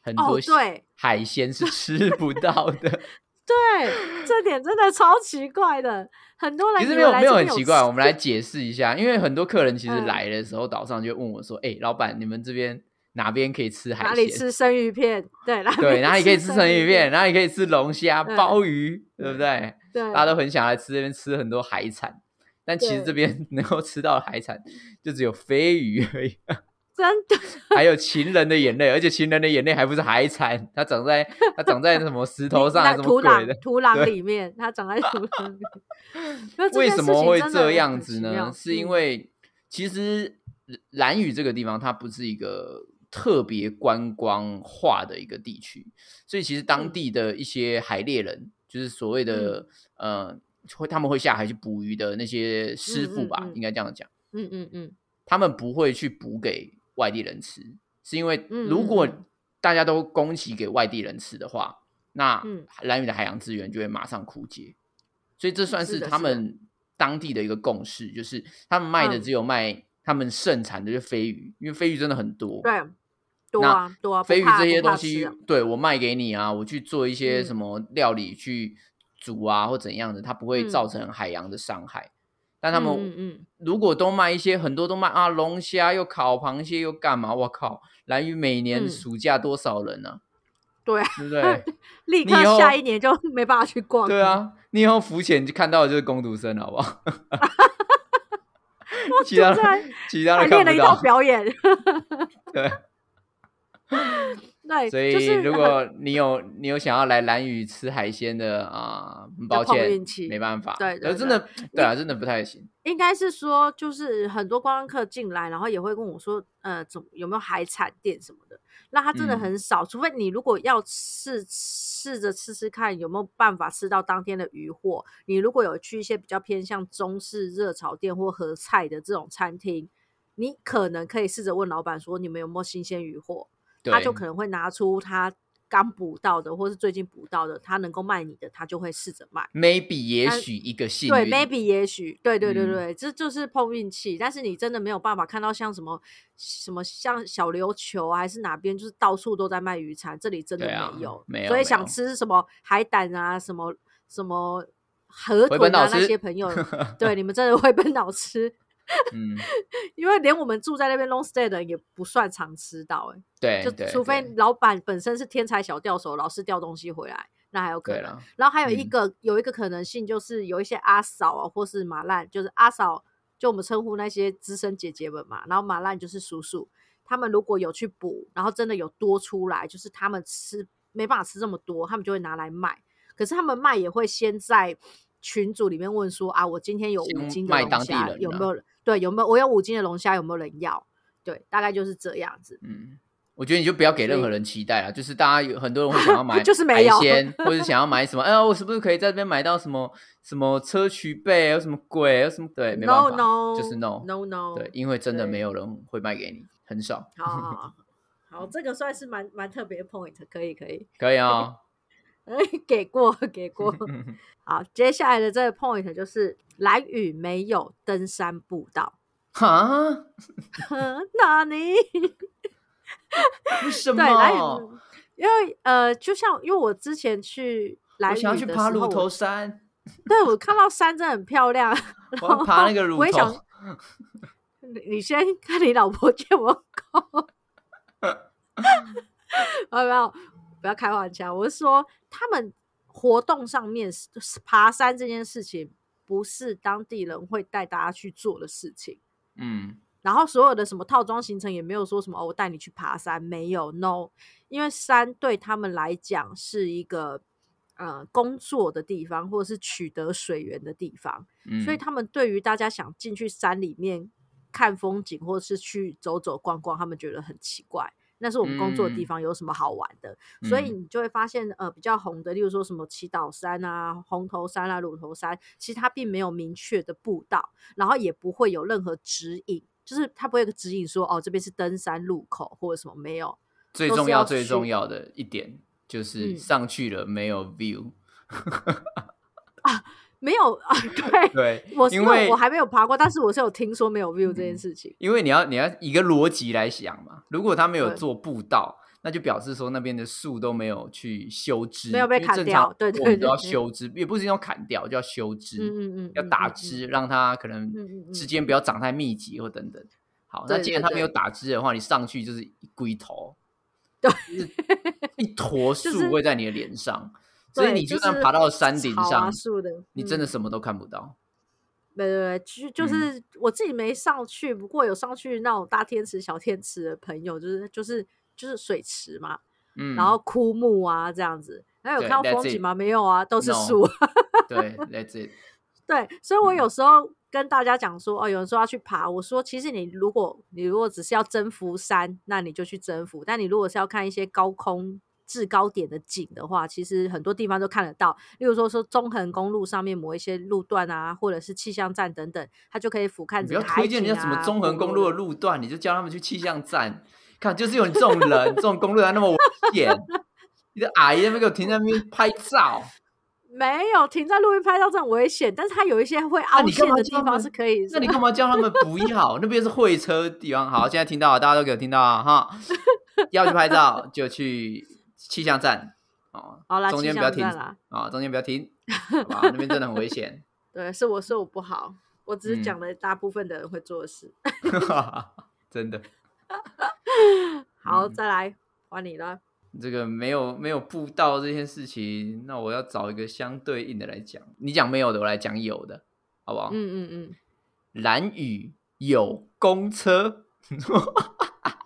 [SPEAKER 2] 很多
[SPEAKER 1] 哦，对
[SPEAKER 2] 海鲜是吃不到 的。
[SPEAKER 1] 对，这点真的超奇怪的，很多人
[SPEAKER 2] 其实
[SPEAKER 1] 以
[SPEAKER 2] 没
[SPEAKER 1] 为
[SPEAKER 2] 有
[SPEAKER 1] 来
[SPEAKER 2] 没有
[SPEAKER 1] 这
[SPEAKER 2] 很
[SPEAKER 1] 边
[SPEAKER 2] 奇怪，
[SPEAKER 1] 吃
[SPEAKER 2] 我们来解释一下，因为很多客人其实
[SPEAKER 1] 嗯
[SPEAKER 2] 来的时候，岛上就问我说：“哎、老板，你们这边哪边可以吃海
[SPEAKER 1] 哪
[SPEAKER 2] 鲜？”
[SPEAKER 1] 里吃生鱼片？对，哪
[SPEAKER 2] 对，哪里可以吃
[SPEAKER 1] 吃
[SPEAKER 2] 生
[SPEAKER 1] 生
[SPEAKER 2] 鱼
[SPEAKER 1] 鱼
[SPEAKER 2] 片，？哪里可以吃龙虾、
[SPEAKER 1] 嗯
[SPEAKER 2] 鲍鱼，对不对？
[SPEAKER 1] 对，
[SPEAKER 2] 大家都很想来吃这边吃很多海产，但其实这
[SPEAKER 1] 对
[SPEAKER 2] 边 能够吃到的海产就只有飞鱼而已，
[SPEAKER 1] 真的
[SPEAKER 2] 还有情人的眼泪，而且情人的眼泪还不是海产，它长在它长在什么石头上还是
[SPEAKER 1] 那
[SPEAKER 2] 什
[SPEAKER 1] 土
[SPEAKER 2] 么鬼的
[SPEAKER 1] 壤？土壤
[SPEAKER 2] 对
[SPEAKER 1] 里面，它长在土壤里面。那这
[SPEAKER 2] 为
[SPEAKER 1] 件
[SPEAKER 2] 什
[SPEAKER 1] 事
[SPEAKER 2] 么
[SPEAKER 1] 情
[SPEAKER 2] 会
[SPEAKER 1] 真的
[SPEAKER 2] 这
[SPEAKER 1] 很
[SPEAKER 2] 样子
[SPEAKER 1] 奇
[SPEAKER 2] 呢
[SPEAKER 1] 妙？
[SPEAKER 2] 是因
[SPEAKER 1] 嗯
[SPEAKER 2] 为其实兰屿这个地方它不是一个特别观光化的一个地区，所以其实当
[SPEAKER 1] 嗯
[SPEAKER 2] 地的一些海猎人，就是所谓的、
[SPEAKER 1] 嗯
[SPEAKER 2] 呃，会他们会下海去捕鱼的那些师傅
[SPEAKER 1] 嗯嗯
[SPEAKER 2] 吧，
[SPEAKER 1] 嗯
[SPEAKER 2] 应该这样讲，
[SPEAKER 1] 嗯嗯嗯，
[SPEAKER 2] 他们不会去捕给外地人吃，是因为
[SPEAKER 1] 嗯
[SPEAKER 2] 如
[SPEAKER 1] 嗯
[SPEAKER 2] 果
[SPEAKER 1] 嗯
[SPEAKER 2] 大家都供给给外地人吃的话，那
[SPEAKER 1] 嗯
[SPEAKER 2] 蓝屿的海洋资源就会马上枯竭，所以这算
[SPEAKER 1] 是
[SPEAKER 2] 是
[SPEAKER 1] 的
[SPEAKER 2] 他
[SPEAKER 1] 是的
[SPEAKER 2] 们当地的一个共识，就是他们卖的
[SPEAKER 1] 嗯
[SPEAKER 2] 只有卖他们盛产的就是飞鱼，因为飞鱼真的很多。
[SPEAKER 1] 对，多啊多啊，不
[SPEAKER 2] 飞鱼
[SPEAKER 1] 怕
[SPEAKER 2] 这些
[SPEAKER 1] 不怕
[SPEAKER 2] 东西，
[SPEAKER 1] 吃啊
[SPEAKER 2] 对我卖给你啊，我去做一些
[SPEAKER 1] 嗯
[SPEAKER 2] 什么料理去煮啊，或怎样的，它不会
[SPEAKER 1] 嗯
[SPEAKER 2] 造成海洋的伤害。但他
[SPEAKER 1] 嗯
[SPEAKER 2] 们
[SPEAKER 1] 嗯
[SPEAKER 2] 如果都卖一些，很多都卖啊，龙虾又烤螃蟹又干嘛？我靠，蓝鱼每年
[SPEAKER 1] 嗯
[SPEAKER 2] 暑假多少人啊？
[SPEAKER 1] 对啊
[SPEAKER 2] 对不 对？
[SPEAKER 1] 嗯，立
[SPEAKER 2] 你
[SPEAKER 1] 刻
[SPEAKER 2] 以后
[SPEAKER 1] 下一年就 没办法去逛。
[SPEAKER 2] 对，啊，你以后浮潜就看到的就是工读生，好不 好？其他的
[SPEAKER 1] 就 在
[SPEAKER 2] 其他
[SPEAKER 1] 啊还
[SPEAKER 2] 的
[SPEAKER 1] 练
[SPEAKER 2] 看
[SPEAKER 1] 了一
[SPEAKER 2] 不
[SPEAKER 1] 套
[SPEAKER 2] 到。
[SPEAKER 1] 表演。
[SPEAKER 2] 对，
[SPEAKER 1] 对，
[SPEAKER 2] 所以
[SPEAKER 1] 就是
[SPEAKER 2] 如
[SPEAKER 1] 很
[SPEAKER 2] 果你有你有想要来蓝屿吃海鲜的啊，很抱
[SPEAKER 1] 碰
[SPEAKER 2] 歉
[SPEAKER 1] 运气，
[SPEAKER 2] 没办法。
[SPEAKER 1] 对对
[SPEAKER 2] 呃真的对啊，真的不太行。
[SPEAKER 1] 应该是说，就是很多观光客进来，然后也会跟我说，呃，怎么有没有海产店什么的。那它真的
[SPEAKER 2] 嗯
[SPEAKER 1] 很少，除非你如果要试试着吃吃看有没有办法吃到当天的鱼货。你如果有去一些比较偏向中式热炒店或和菜的这种餐厅，你可能可以试着问老板说，你们有没有新鲜鱼货？
[SPEAKER 2] 对，
[SPEAKER 1] 他就可能会拿出他刚捕到的，或是最近捕到的，他能够卖你的，他就会试着卖。
[SPEAKER 2] maybe 也
[SPEAKER 1] 但
[SPEAKER 2] 许一个幸运，
[SPEAKER 1] 对，maybe 也许，对对对
[SPEAKER 2] 嗯
[SPEAKER 1] 对，这就是碰运气。但是你真的没有办法看到像什么什么像小琉球啊，还是哪边，就是到处都在卖鱼餐，这里真的
[SPEAKER 2] 对啊
[SPEAKER 1] 没有。
[SPEAKER 2] 没
[SPEAKER 1] 所
[SPEAKER 2] 有
[SPEAKER 1] 以
[SPEAKER 2] 没有
[SPEAKER 1] 想吃什么海胆啊，什么什么河
[SPEAKER 2] 回本
[SPEAKER 1] 豚啊
[SPEAKER 2] 岛，
[SPEAKER 1] 那
[SPEAKER 2] 吃
[SPEAKER 1] 些 朋友，对你们真的会奔岛吃，
[SPEAKER 2] 嗯，
[SPEAKER 1] 因为连我们住在那边 long stay 的人也不算常吃到、欸，
[SPEAKER 2] 对，
[SPEAKER 1] 就
[SPEAKER 2] 对
[SPEAKER 1] 除非
[SPEAKER 2] 对
[SPEAKER 1] 老板本身是天才小钓手，老是钓东西回来，那还有可
[SPEAKER 2] 对
[SPEAKER 1] 能。
[SPEAKER 2] 了，
[SPEAKER 1] 然后还有一
[SPEAKER 2] 嗯
[SPEAKER 1] 个、有一个可能性，就是有一些阿嫂啊，或是马烂，就是阿嫂，就我们称呼那些资深姐姐们嘛，然后马烂就是叔叔，他们如果有去补，然后真的有多出来，就是他们吃没办法吃这么多，他们就会拿来卖。可是他们卖也会先在群组里面问说啊，我今天有五
[SPEAKER 2] 先
[SPEAKER 1] 斤的
[SPEAKER 2] 卖
[SPEAKER 1] 龙
[SPEAKER 2] 当地
[SPEAKER 1] 虾，
[SPEAKER 2] 人
[SPEAKER 1] 有
[SPEAKER 2] 啊
[SPEAKER 1] 没有人？对，有没有我有五斤的龙虾，有没有人要？对，大概就是这样子。
[SPEAKER 2] 嗯。我觉得你就不要给任何人期待啊，就是大家有很多人会想要 买
[SPEAKER 1] 就是没
[SPEAKER 2] 海
[SPEAKER 1] 有
[SPEAKER 2] 鲜，或者想要买什么，哎呀，我是不是可以在这边买到什么什么砗磲贝，有什么鬼，有什么对，没办
[SPEAKER 1] No
[SPEAKER 2] 法
[SPEAKER 1] no，
[SPEAKER 2] 就是 no
[SPEAKER 1] no no，
[SPEAKER 2] 对，因为真的
[SPEAKER 1] 对
[SPEAKER 2] 没有人会卖给你，很少。
[SPEAKER 1] 好好好，好，这个算是蛮蛮特别的 point，可以可以，哎
[SPEAKER 2] 可以 啊、
[SPEAKER 1] 给过给过。
[SPEAKER 2] 哦，
[SPEAKER 1] 好，接下来的这个 point 就是蓝屿没有登山步道，
[SPEAKER 2] 哈，
[SPEAKER 1] 哪里？
[SPEAKER 2] 为什
[SPEAKER 1] 对，蓝屿
[SPEAKER 2] 么？，
[SPEAKER 1] 因为呃，就像因为我之前去蓝
[SPEAKER 2] 我
[SPEAKER 1] 屿
[SPEAKER 2] 想要去
[SPEAKER 1] 的
[SPEAKER 2] 爬
[SPEAKER 1] 时
[SPEAKER 2] 乳
[SPEAKER 1] 候
[SPEAKER 2] 头
[SPEAKER 1] 我
[SPEAKER 2] 山，
[SPEAKER 1] 对我看到山真的很漂亮。
[SPEAKER 2] 我要爬那个乳
[SPEAKER 1] 我也想
[SPEAKER 2] 头。
[SPEAKER 1] 你你先看你老婆借我狗， 没有没有，不要开玩笑，我是说他们活动上面是是爬山这件事情，不是当地人会带大家去做的事情。
[SPEAKER 2] 嗯，
[SPEAKER 1] 然后所有的什么套装行程也没有说什么哦，我带你去爬山，没有，no，因为山对他们来讲是一个呃工作的地方，或者是取得水源的地方。
[SPEAKER 2] 嗯
[SPEAKER 1] 所以他们对于大家想进去山里面看风景，或是去走走逛逛，他们觉得很奇怪。那是我们工作的地
[SPEAKER 2] 嗯
[SPEAKER 1] 方，有什么好玩的？所以
[SPEAKER 2] 嗯
[SPEAKER 1] 你就会发现，呃，比较红的，例如说什么祈祷山啊、红头山啊、乳头山，其实它并没有明确的步道，然后也不会有任何指引，就是它不会有个指引说，哦，这边是登山入口或者什么没有。
[SPEAKER 2] 最
[SPEAKER 1] 都是
[SPEAKER 2] 重要
[SPEAKER 1] 要
[SPEAKER 2] 最
[SPEAKER 1] 数
[SPEAKER 2] 重要的一点就是
[SPEAKER 1] 嗯
[SPEAKER 2] 上去了没有 view，
[SPEAKER 1] 没有啊， 对，
[SPEAKER 2] 对，
[SPEAKER 1] 我是
[SPEAKER 2] 因
[SPEAKER 1] 因为
[SPEAKER 2] 为
[SPEAKER 1] 我还没有爬过，但是我是有听说没有 view 这件
[SPEAKER 2] 嗯
[SPEAKER 1] 事情。
[SPEAKER 2] 因为你要你要以一个逻辑来想嘛，如果他没有
[SPEAKER 1] 对
[SPEAKER 2] 做步道，那就表示说那边的树都没有去修枝，
[SPEAKER 1] 没有被
[SPEAKER 2] 因为
[SPEAKER 1] 砍
[SPEAKER 2] 正常
[SPEAKER 1] 掉对对
[SPEAKER 2] 我们都
[SPEAKER 1] 对
[SPEAKER 2] 要
[SPEAKER 1] 对
[SPEAKER 2] 修枝，也不是要砍掉，就要修枝。
[SPEAKER 1] 嗯嗯嗯，
[SPEAKER 2] 要
[SPEAKER 1] 嗯
[SPEAKER 2] 打
[SPEAKER 1] 嗯嗯
[SPEAKER 2] 枝，让它可能
[SPEAKER 1] 嗯嗯
[SPEAKER 2] 之
[SPEAKER 1] 嗯
[SPEAKER 2] 间不要长太密集或等等。好，那
[SPEAKER 1] 对
[SPEAKER 2] 既
[SPEAKER 1] 对
[SPEAKER 2] 然它没有
[SPEAKER 1] 对
[SPEAKER 2] 打枝的话，你上去就是一龟头，
[SPEAKER 1] 对
[SPEAKER 2] 就是一坨
[SPEAKER 1] 就是
[SPEAKER 2] 树会在你的脸上，所
[SPEAKER 1] 对，
[SPEAKER 2] 以你
[SPEAKER 1] 就
[SPEAKER 2] 算
[SPEAKER 1] 是
[SPEAKER 2] 爬到山顶
[SPEAKER 1] 草
[SPEAKER 2] 上
[SPEAKER 1] 啊、，树的，
[SPEAKER 2] 你真的
[SPEAKER 1] 嗯
[SPEAKER 2] 什么都看不到。
[SPEAKER 1] 对对对，就就
[SPEAKER 2] 嗯
[SPEAKER 1] 是我自己没上去，不过有上去那种大天池、小天池的朋友，就是就是就是水池嘛，
[SPEAKER 2] 嗯，
[SPEAKER 1] 然后枯木啊这样子。那有
[SPEAKER 2] 对
[SPEAKER 1] 看到
[SPEAKER 2] that's
[SPEAKER 1] 风景
[SPEAKER 2] it
[SPEAKER 1] 吗？没有啊，都是
[SPEAKER 2] No
[SPEAKER 1] 树。
[SPEAKER 2] 对，That's it。
[SPEAKER 1] 对，所以我
[SPEAKER 2] 嗯
[SPEAKER 1] 有时候跟大家讲说，哦，有人说要去爬，我说其实你如果你如果只是要征服山，那你就去征服；但你如果是要看一些高空制高点的景的话，其实很多地方都看得到。例如说说中横公路上面某一些路段啊，或者是气象站等等，它就可以俯瞰
[SPEAKER 2] 你不
[SPEAKER 1] 整
[SPEAKER 2] 要
[SPEAKER 1] 个海景啊。
[SPEAKER 2] 推荐人家什么中横公
[SPEAKER 1] 部
[SPEAKER 2] 路
[SPEAKER 1] 落
[SPEAKER 2] 的
[SPEAKER 1] 的
[SPEAKER 2] 路段，你就叫他们去气象站。看，就是有你这 种人，这种公路还那么危险，你的阿姨在那边给我停在那边拍照。
[SPEAKER 1] 没有停在路边拍照这很危险，但是它有一些会
[SPEAKER 2] 那
[SPEAKER 1] 凹
[SPEAKER 2] 你干
[SPEAKER 1] 陷
[SPEAKER 2] 嘛
[SPEAKER 1] 的
[SPEAKER 2] 叫
[SPEAKER 1] 地
[SPEAKER 2] 他
[SPEAKER 1] 方
[SPEAKER 2] 们
[SPEAKER 1] 是啊可以。
[SPEAKER 2] 那你干嘛叫他们不要？那边是会车地方。好，现在听到了，大家都给我听到啊哈！要去拍照就去气象站哦，
[SPEAKER 1] 好啦，
[SPEAKER 2] 中
[SPEAKER 1] 气
[SPEAKER 2] 间不
[SPEAKER 1] 象
[SPEAKER 2] 要停
[SPEAKER 1] 站啦。
[SPEAKER 2] 啊、中间不要停，好吧？那边真的很危险。
[SPEAKER 1] 对，是我是我不好，我只是讲
[SPEAKER 2] 嗯
[SPEAKER 1] 了大部分的人会做的事。
[SPEAKER 2] 真的，
[SPEAKER 1] 好，
[SPEAKER 2] 嗯
[SPEAKER 1] 再来换你了。
[SPEAKER 2] 这个没有没有步道这件事情，那我要找一个相对应的来讲。你讲没有的，我来讲有的，好不好？
[SPEAKER 1] 嗯嗯
[SPEAKER 2] 蓝雨有公车，
[SPEAKER 1] 嗯，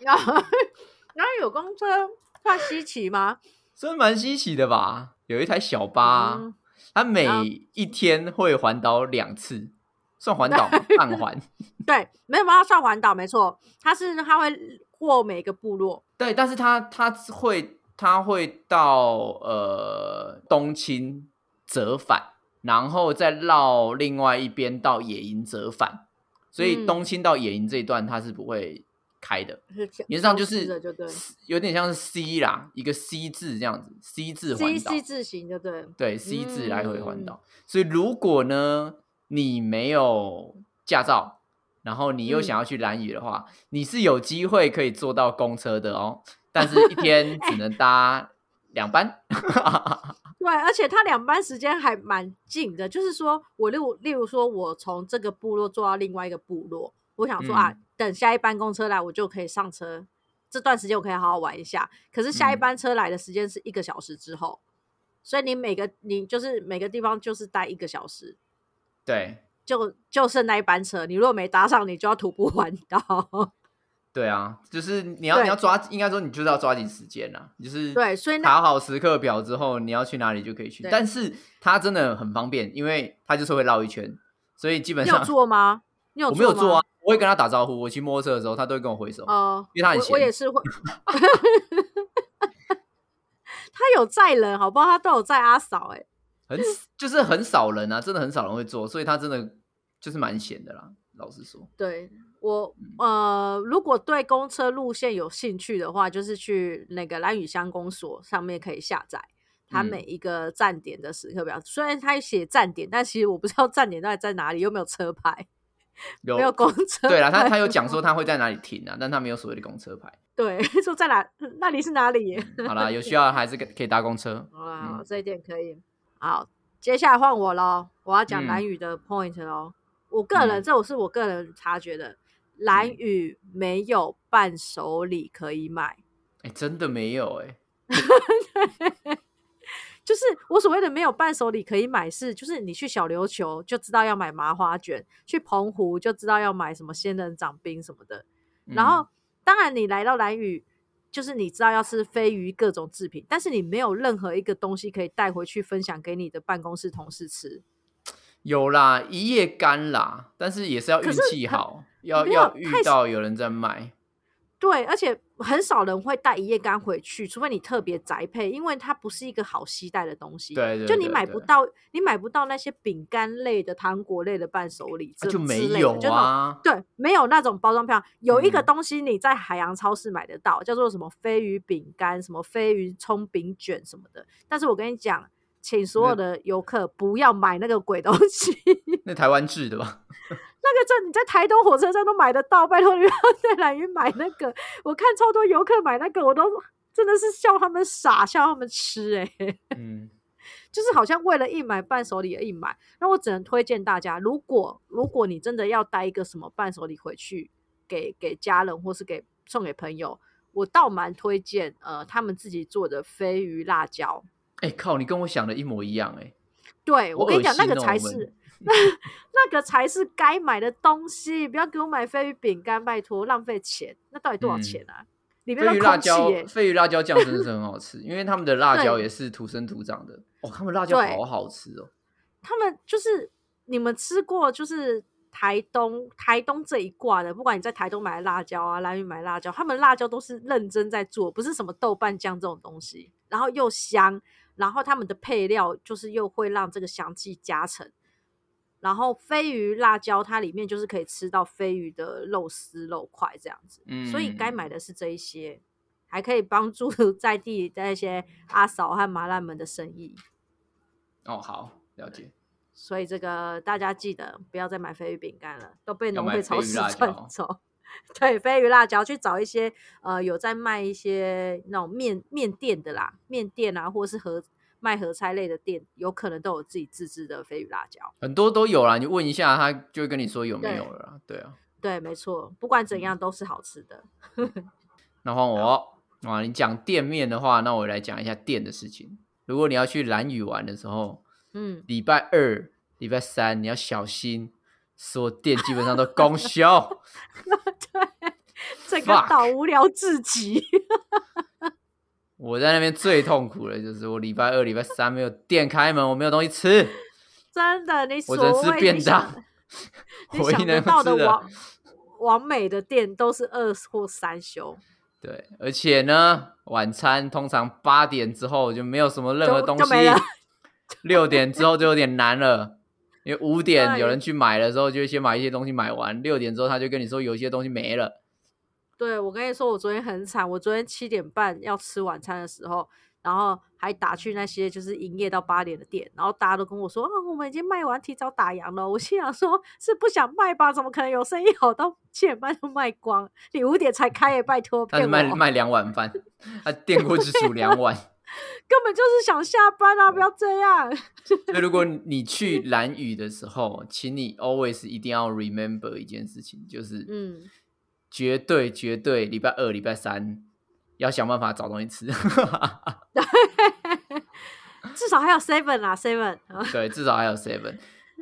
[SPEAKER 1] 然后然后有公车算稀奇 吗？
[SPEAKER 2] 真蛮稀奇的吧？有一台小巴，
[SPEAKER 1] 嗯
[SPEAKER 2] 它每
[SPEAKER 1] 然后
[SPEAKER 2] 一天会环岛两次，算环岛 吗半环。
[SPEAKER 1] 对，没有，它算环岛，没错，它是它会过每个部落。
[SPEAKER 2] 对，但是它它会它会到呃东青折返，然后再绕另外一边到野营折返，所以
[SPEAKER 1] 嗯
[SPEAKER 2] 东青到野营这一段它是不会开的。
[SPEAKER 1] 是消
[SPEAKER 2] 原则上就
[SPEAKER 1] 消失
[SPEAKER 2] 是
[SPEAKER 1] 的就对
[SPEAKER 2] 有点像是 C 啦，一个 C 字这样子，C 字环
[SPEAKER 1] ，C
[SPEAKER 2] 岛。
[SPEAKER 1] C 字形就对。
[SPEAKER 2] 对，C 字来回
[SPEAKER 1] 嗯
[SPEAKER 2] 环岛。所以如果呢，你没有驾照，然后你又
[SPEAKER 1] 嗯
[SPEAKER 2] 想要去蓝屿的话，你是有机会可以坐到公车的哦，但是一天只能搭两班。
[SPEAKER 1] 对，而且它两班时间还蛮近的，就是说我例如例如说我从这个部落坐到另外一个部落，我想说
[SPEAKER 2] 嗯
[SPEAKER 1] 啊，等下一班公车来，我就可以上车，这段时间我可以好好玩一下。可是下一
[SPEAKER 2] 嗯
[SPEAKER 1] 班车来的时间是一个小时之后，所以你每个你就是每个地方就是待一个小时，
[SPEAKER 2] 对
[SPEAKER 1] 就就剩那一班车，你如果没搭上，你就要徒步环岛。
[SPEAKER 2] 对啊，就是你要
[SPEAKER 1] 对
[SPEAKER 2] 你要抓，应该说你就是要抓紧时间啦，就是
[SPEAKER 1] 对，所以那
[SPEAKER 2] 查好时刻表之后，你要去哪里就可以去。
[SPEAKER 1] 对
[SPEAKER 2] 但是它真的很方便，因为它就是会绕一圈，所以基本
[SPEAKER 1] 你有
[SPEAKER 2] 上
[SPEAKER 1] 做吗？你有
[SPEAKER 2] 我没有
[SPEAKER 1] 吗
[SPEAKER 2] 做啊，，我会跟他打招呼，我骑摩托车的时候，他都会跟我挥手。
[SPEAKER 1] 哦，
[SPEAKER 2] 因为他很
[SPEAKER 1] 我我
[SPEAKER 2] 闲
[SPEAKER 1] 也是会， 他有载人，好不好？他都有载阿嫂、欸，
[SPEAKER 2] 很就是很少人啊，真的很少人会做，所以他真的就是蛮闲的啦。老实说，
[SPEAKER 1] 对我
[SPEAKER 2] 嗯
[SPEAKER 1] 呃，如果对公车路线有兴趣的话，就是去那个蓝屿乡公所上面可以下载。它
[SPEAKER 2] 嗯
[SPEAKER 1] 每一个站点的时刻表，虽然它写站点，但其实我不知道站点到底在哪里，又没有车牌，
[SPEAKER 2] 有
[SPEAKER 1] 没有公车牌。
[SPEAKER 2] 对啦，他他有讲说他会在哪里停啊，但他没有所谓的公车牌。
[SPEAKER 1] 对， 说在哪？那里是哪里？
[SPEAKER 2] 好啦，有需要还是可可以搭公车。
[SPEAKER 1] 好啦，好
[SPEAKER 2] 嗯
[SPEAKER 1] 这一点可以。好，接下来换我喽，我要讲
[SPEAKER 2] 嗯
[SPEAKER 1] 蓝宇的 point 喽。我个人，
[SPEAKER 2] 嗯
[SPEAKER 1] 这我是我个人察觉的，蓝宇没有伴手礼可以买，
[SPEAKER 2] 哎、真的没有哎、
[SPEAKER 1] 就是我所谓的没有伴手礼可以买是，就是你去小琉球就知道要买麻花卷，去澎湖就知道要买什么仙人掌冰什么的。然
[SPEAKER 2] 嗯
[SPEAKER 1] 后，当然你来到蓝屿，就是你知道要吃飞鱼各种制品，但是你没有任何一个东西可以带回去分享给你的办公室同事吃。
[SPEAKER 2] 嗯有啦，一夜干啦，但是也是要运
[SPEAKER 1] 可是
[SPEAKER 2] 气
[SPEAKER 1] 很
[SPEAKER 2] 好，要
[SPEAKER 1] 没有
[SPEAKER 2] 要遇
[SPEAKER 1] 太
[SPEAKER 2] 到有人在卖。
[SPEAKER 1] 对，而且很少人会带一夜干回去，除非你特别宅配，因为它不是一个好携带的东西。
[SPEAKER 2] 对对
[SPEAKER 1] 就你
[SPEAKER 2] 对
[SPEAKER 1] 买
[SPEAKER 2] 对
[SPEAKER 1] 不到，你买不到那些饼干类的、糖果类的伴手礼，
[SPEAKER 2] 啊
[SPEAKER 1] 这
[SPEAKER 2] 就
[SPEAKER 1] 之
[SPEAKER 2] 没
[SPEAKER 1] 类的
[SPEAKER 2] 有。
[SPEAKER 1] 就那种
[SPEAKER 2] 啊，
[SPEAKER 1] 对，没有那种包装票，有一个
[SPEAKER 2] 嗯
[SPEAKER 1] 东西你在海洋超市买得到，叫做什么飞鱼饼干、什么飞鱼葱饼卷什么的。但是我跟你讲，请所有
[SPEAKER 2] 那
[SPEAKER 1] 的游客不要买那个鬼东西，
[SPEAKER 2] 那台湾制的 吧？
[SPEAKER 1] 那个证你在台东火车站都买得到，拜托你不要在兰屿买那个。我看超多游客买那个，我都真的是笑他们傻，笑他们痴、欸，
[SPEAKER 2] 嗯，
[SPEAKER 1] 就是好像为了一买伴手礼而一买。那我只能推荐大家，如果如果你真的要带一个什么伴手礼回去给给家人或是给送给朋友，我倒蛮推荐呃他们自己做的飞鱼辣椒。
[SPEAKER 2] 哎、靠，你跟我想的一模一样哎、
[SPEAKER 1] 对
[SPEAKER 2] 好
[SPEAKER 1] 我跟你
[SPEAKER 2] 恶
[SPEAKER 1] 讲，那
[SPEAKER 2] 心
[SPEAKER 1] 个
[SPEAKER 2] 哦
[SPEAKER 1] 才
[SPEAKER 2] 我
[SPEAKER 1] 是
[SPEAKER 2] 们
[SPEAKER 1] 那 那个才是该买的东西，不要给我买鲱鱼饼干，拜托，浪费钱。那到底多少
[SPEAKER 2] 嗯
[SPEAKER 1] 钱啊？里面
[SPEAKER 2] 鲱
[SPEAKER 1] 都
[SPEAKER 2] 鱼辣
[SPEAKER 1] 空气
[SPEAKER 2] 椒
[SPEAKER 1] 耶、，
[SPEAKER 2] 鲱鱼辣椒酱真的是很好 吃，因为他们的辣椒
[SPEAKER 1] 对
[SPEAKER 2] 也是土生土长的。哦，他们辣椒
[SPEAKER 1] 对
[SPEAKER 2] 好好吃哦。
[SPEAKER 1] 他们就是你们吃过就是。台东台东这一挂的，不管你在台东买的辣椒啊，兰屿买的辣椒，他们辣椒都是认真在做，不是什么豆瓣酱这种东西。然后又香，然后他们的配料就是又会让这个香气加成。然后飞鱼辣椒它里面就是可以吃到飞鱼的肉丝肉块这样子。
[SPEAKER 2] 嗯，
[SPEAKER 1] 所以该买的是这一些， 还可以帮助在地的那些阿嫂和麻辣们的生意。
[SPEAKER 2] 哦，好，了解。
[SPEAKER 1] 所以这个大家记得不要再买鲱鱼饼干了，都被农
[SPEAKER 2] 买
[SPEAKER 1] 会
[SPEAKER 2] 鲱
[SPEAKER 1] 超
[SPEAKER 2] 鱼
[SPEAKER 1] 市
[SPEAKER 2] 辣
[SPEAKER 1] 赚
[SPEAKER 2] 椒
[SPEAKER 1] 走。 对，鲱鱼辣椒去找一些呃有在卖一些那种面面店的啦，面店啊，或是和卖合菜类的店，有可能都有自己自制的鲱鱼辣椒。
[SPEAKER 2] 很多都有啦，你问一下他就会跟你说有没有了啦。对啊，
[SPEAKER 1] 对，没错，不管
[SPEAKER 2] 嗯
[SPEAKER 1] 怎样都是好吃的。
[SPEAKER 2] 那换我啊，你讲店面的话，那我来讲一下店的事情。如果你要去蓝屿玩的时候，
[SPEAKER 1] 嗯，
[SPEAKER 2] 礼拜二、礼拜三你要小心，所有店基本上都公休。
[SPEAKER 1] 这个
[SPEAKER 2] Fuck
[SPEAKER 1] 岛无聊至极。
[SPEAKER 2] 我在那边最痛苦的就是我礼拜二、礼拜三没有店开门，我没有东西吃，
[SPEAKER 1] 真的，你所
[SPEAKER 2] 我
[SPEAKER 1] 谓
[SPEAKER 2] 只能吃便
[SPEAKER 1] 你
[SPEAKER 2] 当
[SPEAKER 1] 想。 你
[SPEAKER 2] 唯一
[SPEAKER 1] 想得
[SPEAKER 2] 能
[SPEAKER 1] 到
[SPEAKER 2] 吃
[SPEAKER 1] 的
[SPEAKER 2] 的
[SPEAKER 1] 完，完美的店都是二或三休，
[SPEAKER 2] 对，而且呢，晚餐通常八点之后就没有什么任何
[SPEAKER 1] 就
[SPEAKER 2] 东
[SPEAKER 1] 就
[SPEAKER 2] 西
[SPEAKER 1] 没了，
[SPEAKER 2] 六点之后就有点难了。因为五点
[SPEAKER 1] 对
[SPEAKER 2] 有人去买的时候，就会先把一些东西买完。六点之后，他就跟你说有一些东西没了。
[SPEAKER 1] 对我跟你说，我昨天很惨，我昨天七点半要吃晚餐的时候，然后还打去那些就是营业到八点的店，然后大家都跟我说啊，我们已经卖完，提早打烊了。我心想说，是不想卖吧？怎么可能有生意好到七点半就卖光？你五点才开耶，拜托，
[SPEAKER 2] 他是
[SPEAKER 1] 骗我，
[SPEAKER 2] 卖卖两碗饭，他电锅只煮两 碗。
[SPEAKER 1] 根本就是想下班啊！不要这样，
[SPEAKER 2] 所以如果你去蓝屿的时候，请你 always 一定要 remember 一件事情，就是
[SPEAKER 1] 嗯，
[SPEAKER 2] 绝对绝对礼拜二、礼拜三要想办法找东西 吃。
[SPEAKER 1] 至少还有 seven 啦，seven，
[SPEAKER 2] 对，至少还有 seven。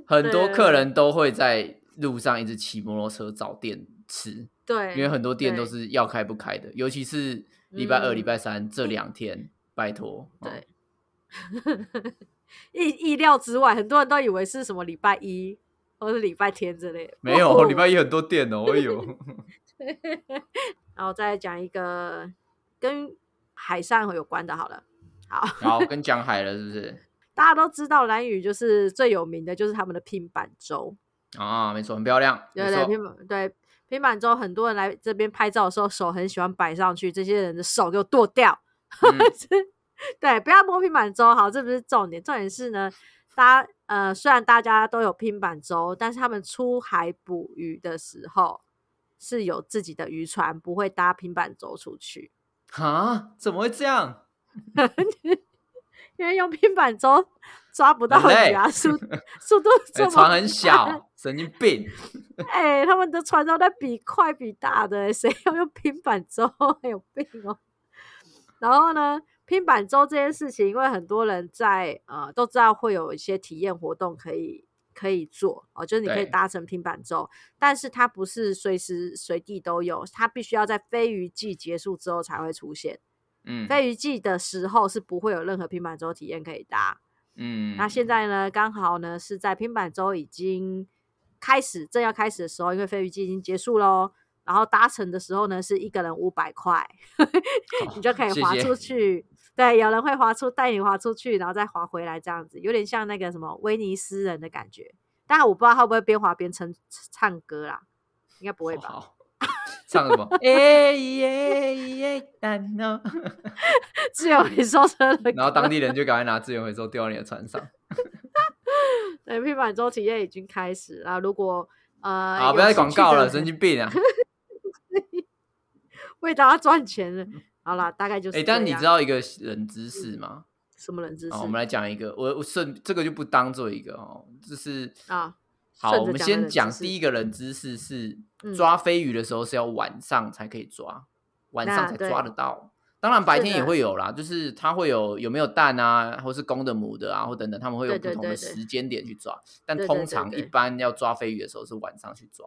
[SPEAKER 2] 很多客人都会在路上一直骑摩托车找店吃，
[SPEAKER 1] 对，
[SPEAKER 2] 因为很多店
[SPEAKER 1] 对
[SPEAKER 2] 都是要开不开的，尤其是礼拜二、
[SPEAKER 1] 嗯
[SPEAKER 2] 礼拜三这两天，拜托。哦
[SPEAKER 1] 对意意料之外，很多人都以为是什么礼拜一或是礼拜天之类的。
[SPEAKER 2] 没有
[SPEAKER 1] 哦
[SPEAKER 2] 礼拜一很多店 哦，我有。
[SPEAKER 1] 然后再讲一个跟海上有关的，好了。好，
[SPEAKER 2] 好，跟江海了是不是？
[SPEAKER 1] 大家都知道蓝屿就是最有名的就是他们的拼板舟，
[SPEAKER 2] 啊，没错，很漂亮。
[SPEAKER 1] 对
[SPEAKER 2] 没
[SPEAKER 1] 对，
[SPEAKER 2] 错
[SPEAKER 1] 拼板对拼板舟，很多人来这边拍照的时候手很喜欢摆上去，这些人的手给我剁掉。
[SPEAKER 2] 嗯
[SPEAKER 1] 对，不要摸平板舟，好，这不是重点，重点是呢，大家呃，虽然大家都有拼板舟，但是他们出海捕鱼的时候是有自己的渔船，不会搭平板舟出去，
[SPEAKER 2] 啊，怎么会 这样？
[SPEAKER 1] 因为用平板舟抓不到
[SPEAKER 2] 很累
[SPEAKER 1] 鱼啊， 速速度
[SPEAKER 2] 哎、
[SPEAKER 1] 这么
[SPEAKER 2] 船很
[SPEAKER 1] 快，
[SPEAKER 2] 小，神经病。
[SPEAKER 1] 哎、他们的船都在比快比大的、欸谁要用平板舟？ 有病哦！然后呢，拼板舟这件事情，因为很多人在呃都知道会有一些体验活动可以可以做哦，就是你可以
[SPEAKER 2] 对
[SPEAKER 1] 搭乘拼板舟，但是它不是随时随地都有，它必须要在飞鱼季结束之后才会出现。
[SPEAKER 2] 嗯
[SPEAKER 1] 飞鱼季的时候是不会有任何拼板舟体验可以搭。
[SPEAKER 2] 嗯，
[SPEAKER 1] 那现在呢，刚好呢是在平板舟已经开始正要开始的时候，因为飞鱼季已经结束喽。然后搭乘的时候呢，是一个人五百块，
[SPEAKER 2] 好
[SPEAKER 1] 你就可以
[SPEAKER 2] 哦谢
[SPEAKER 1] 划
[SPEAKER 2] 谢
[SPEAKER 1] 出去。对，有人会划出带你划出去，然后再划回来，这样子有点像那个什么威尼斯人的感觉。当然我不知道他会不会边划边唱唱歌啦，应该不会
[SPEAKER 2] 哦
[SPEAKER 1] 吧？
[SPEAKER 2] 好， 唱 什么？哎耶耶，蛋哦。
[SPEAKER 1] 只有你说车的歌。
[SPEAKER 2] 然后当地人就赶快拿资源回收丢到你的船 上。
[SPEAKER 1] 对平板舟体验已经开始啦。如果呃，
[SPEAKER 2] 好，
[SPEAKER 1] 有
[SPEAKER 2] 不要再
[SPEAKER 1] 兴
[SPEAKER 2] 广
[SPEAKER 1] 趣
[SPEAKER 2] 告
[SPEAKER 1] 的
[SPEAKER 2] 了，
[SPEAKER 1] 人
[SPEAKER 2] 神经 病啊！
[SPEAKER 1] 为大家赚钱了。好啦，大概就是这
[SPEAKER 2] 哎，
[SPEAKER 1] 样。
[SPEAKER 2] 嗯但你知道一个冷知识吗？
[SPEAKER 1] 什么冷知识？
[SPEAKER 2] 哦，我们来讲一个，我我顺这个就不当做一个哦，就是
[SPEAKER 1] 啊
[SPEAKER 2] 好，
[SPEAKER 1] 顺
[SPEAKER 2] 我
[SPEAKER 1] 着
[SPEAKER 2] 们
[SPEAKER 1] 讲
[SPEAKER 2] 先
[SPEAKER 1] 冷知
[SPEAKER 2] 讲
[SPEAKER 1] 识
[SPEAKER 2] 第一个冷知识是
[SPEAKER 1] 嗯
[SPEAKER 2] 抓飞鱼的时候是要晚上才可以抓，晚上
[SPEAKER 1] 那
[SPEAKER 2] 才
[SPEAKER 1] 对
[SPEAKER 2] 抓得到。当然白
[SPEAKER 1] 是
[SPEAKER 2] 天也
[SPEAKER 1] 的
[SPEAKER 2] 会有啦，就是它会有有没有蛋啊，或是公的母的啊，或等等，他们会有
[SPEAKER 1] 对
[SPEAKER 2] 不
[SPEAKER 1] 对
[SPEAKER 2] 同
[SPEAKER 1] 对对
[SPEAKER 2] 的时间点去抓。但
[SPEAKER 1] 对对
[SPEAKER 2] 通
[SPEAKER 1] 对
[SPEAKER 2] 常一
[SPEAKER 1] 对
[SPEAKER 2] 般要抓飞鱼的时候是晚上去抓。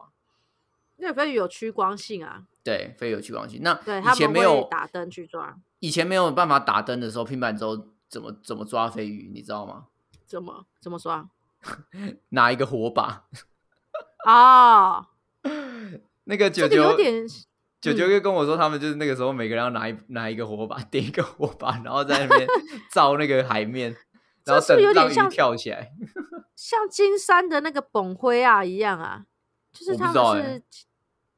[SPEAKER 1] 因为飞鱼有趋光性啊，
[SPEAKER 2] 对，飞有趋光性。那
[SPEAKER 1] 对
[SPEAKER 2] 以
[SPEAKER 1] 他
[SPEAKER 2] 前
[SPEAKER 1] 们
[SPEAKER 2] 没
[SPEAKER 1] 会
[SPEAKER 2] 有
[SPEAKER 1] 打灯去抓，
[SPEAKER 2] 以前没有办法打灯的时候，平板舟怎么怎么抓飞鱼，你知道吗？
[SPEAKER 1] 怎么怎么说啊？
[SPEAKER 2] 拿一个火把，
[SPEAKER 1] 哦，
[SPEAKER 2] 那个九
[SPEAKER 1] 这个有
[SPEAKER 2] 九
[SPEAKER 1] 点嗯
[SPEAKER 2] 九九就跟我说，他们就是那个时候每个人要拿一拿一个火把，点一个火把，然后在那 边照那个海面，然后
[SPEAKER 1] 这是不是有
[SPEAKER 2] 等
[SPEAKER 1] 点
[SPEAKER 2] 让鱼
[SPEAKER 1] 像
[SPEAKER 2] 跳起来。
[SPEAKER 1] 像金山的那个本灰啊一样啊，就是
[SPEAKER 2] 我不
[SPEAKER 1] 他
[SPEAKER 2] 知道
[SPEAKER 1] 们是、
[SPEAKER 2] 欸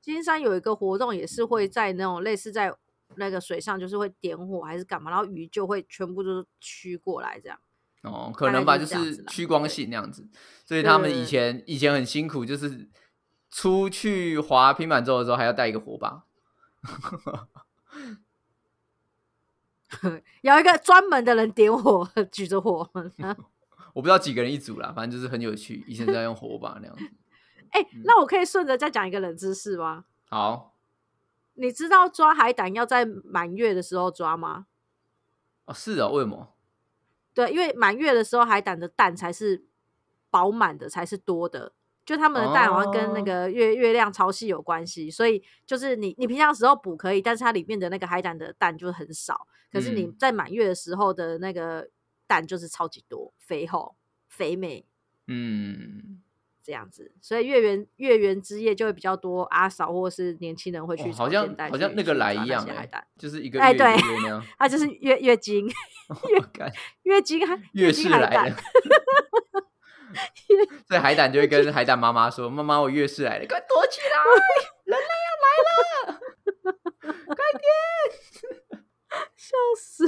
[SPEAKER 1] 金山有一个活动，也是会在那种类似在那个水上，就是会点火还是干嘛，然后鱼就会全部都驱过来这样。
[SPEAKER 2] 哦，可能吧，
[SPEAKER 1] 大概
[SPEAKER 2] 就
[SPEAKER 1] 就是这样子
[SPEAKER 2] 是
[SPEAKER 1] 啦
[SPEAKER 2] 趋光性那样子，所以他们以
[SPEAKER 1] 对
[SPEAKER 2] 前以前很辛苦，就是出去滑平板舟的时候还要带一个火把，
[SPEAKER 1] 有一个专门的人点火， 举着火。
[SPEAKER 2] 我不知道几个人一组啦，反正就是很有趣，以前在用火把那样子。
[SPEAKER 1] 哎、
[SPEAKER 2] 嗯
[SPEAKER 1] 那我可以顺着再讲一个冷知识吗？
[SPEAKER 2] 好，
[SPEAKER 1] 你知道抓海胆要在满月的时候抓吗？
[SPEAKER 2] 哦是哦，为什么？
[SPEAKER 1] 对，因为满月的时候海胆的蛋才是饱满的，才是多的。就它们的蛋好像跟那
[SPEAKER 2] 哦
[SPEAKER 1] 个月、月亮潮汐有关系，所以就是你你平常时候捕可以，但是它里面的那个海胆的蛋就是很少，可是你
[SPEAKER 2] 嗯
[SPEAKER 1] 在满月的时候的那个蛋就是超级多，肥厚、肥美
[SPEAKER 2] 嗯，
[SPEAKER 1] 这样子，所以月圆月圆之夜就会比较多阿嫂或是年轻人会去
[SPEAKER 2] 哦、
[SPEAKER 1] 潮
[SPEAKER 2] 好
[SPEAKER 1] 间
[SPEAKER 2] 像
[SPEAKER 1] 带去、
[SPEAKER 2] 好像那个
[SPEAKER 1] 去
[SPEAKER 2] 来
[SPEAKER 1] 抓
[SPEAKER 2] 一样
[SPEAKER 1] 些海
[SPEAKER 2] 欸
[SPEAKER 1] 胆，，
[SPEAKER 2] 就是一个
[SPEAKER 1] 哎
[SPEAKER 2] 月一个
[SPEAKER 1] 对
[SPEAKER 2] 月那样
[SPEAKER 1] 它就是月月经
[SPEAKER 2] 我干，
[SPEAKER 1] 月经海
[SPEAKER 2] 嗯月
[SPEAKER 1] 经
[SPEAKER 2] 事
[SPEAKER 1] 海
[SPEAKER 2] 来
[SPEAKER 1] 胆
[SPEAKER 2] 了。所以海胆就会跟海胆妈妈说：“妈妈，我月事来了，快躲起来！
[SPEAKER 1] 笑 死。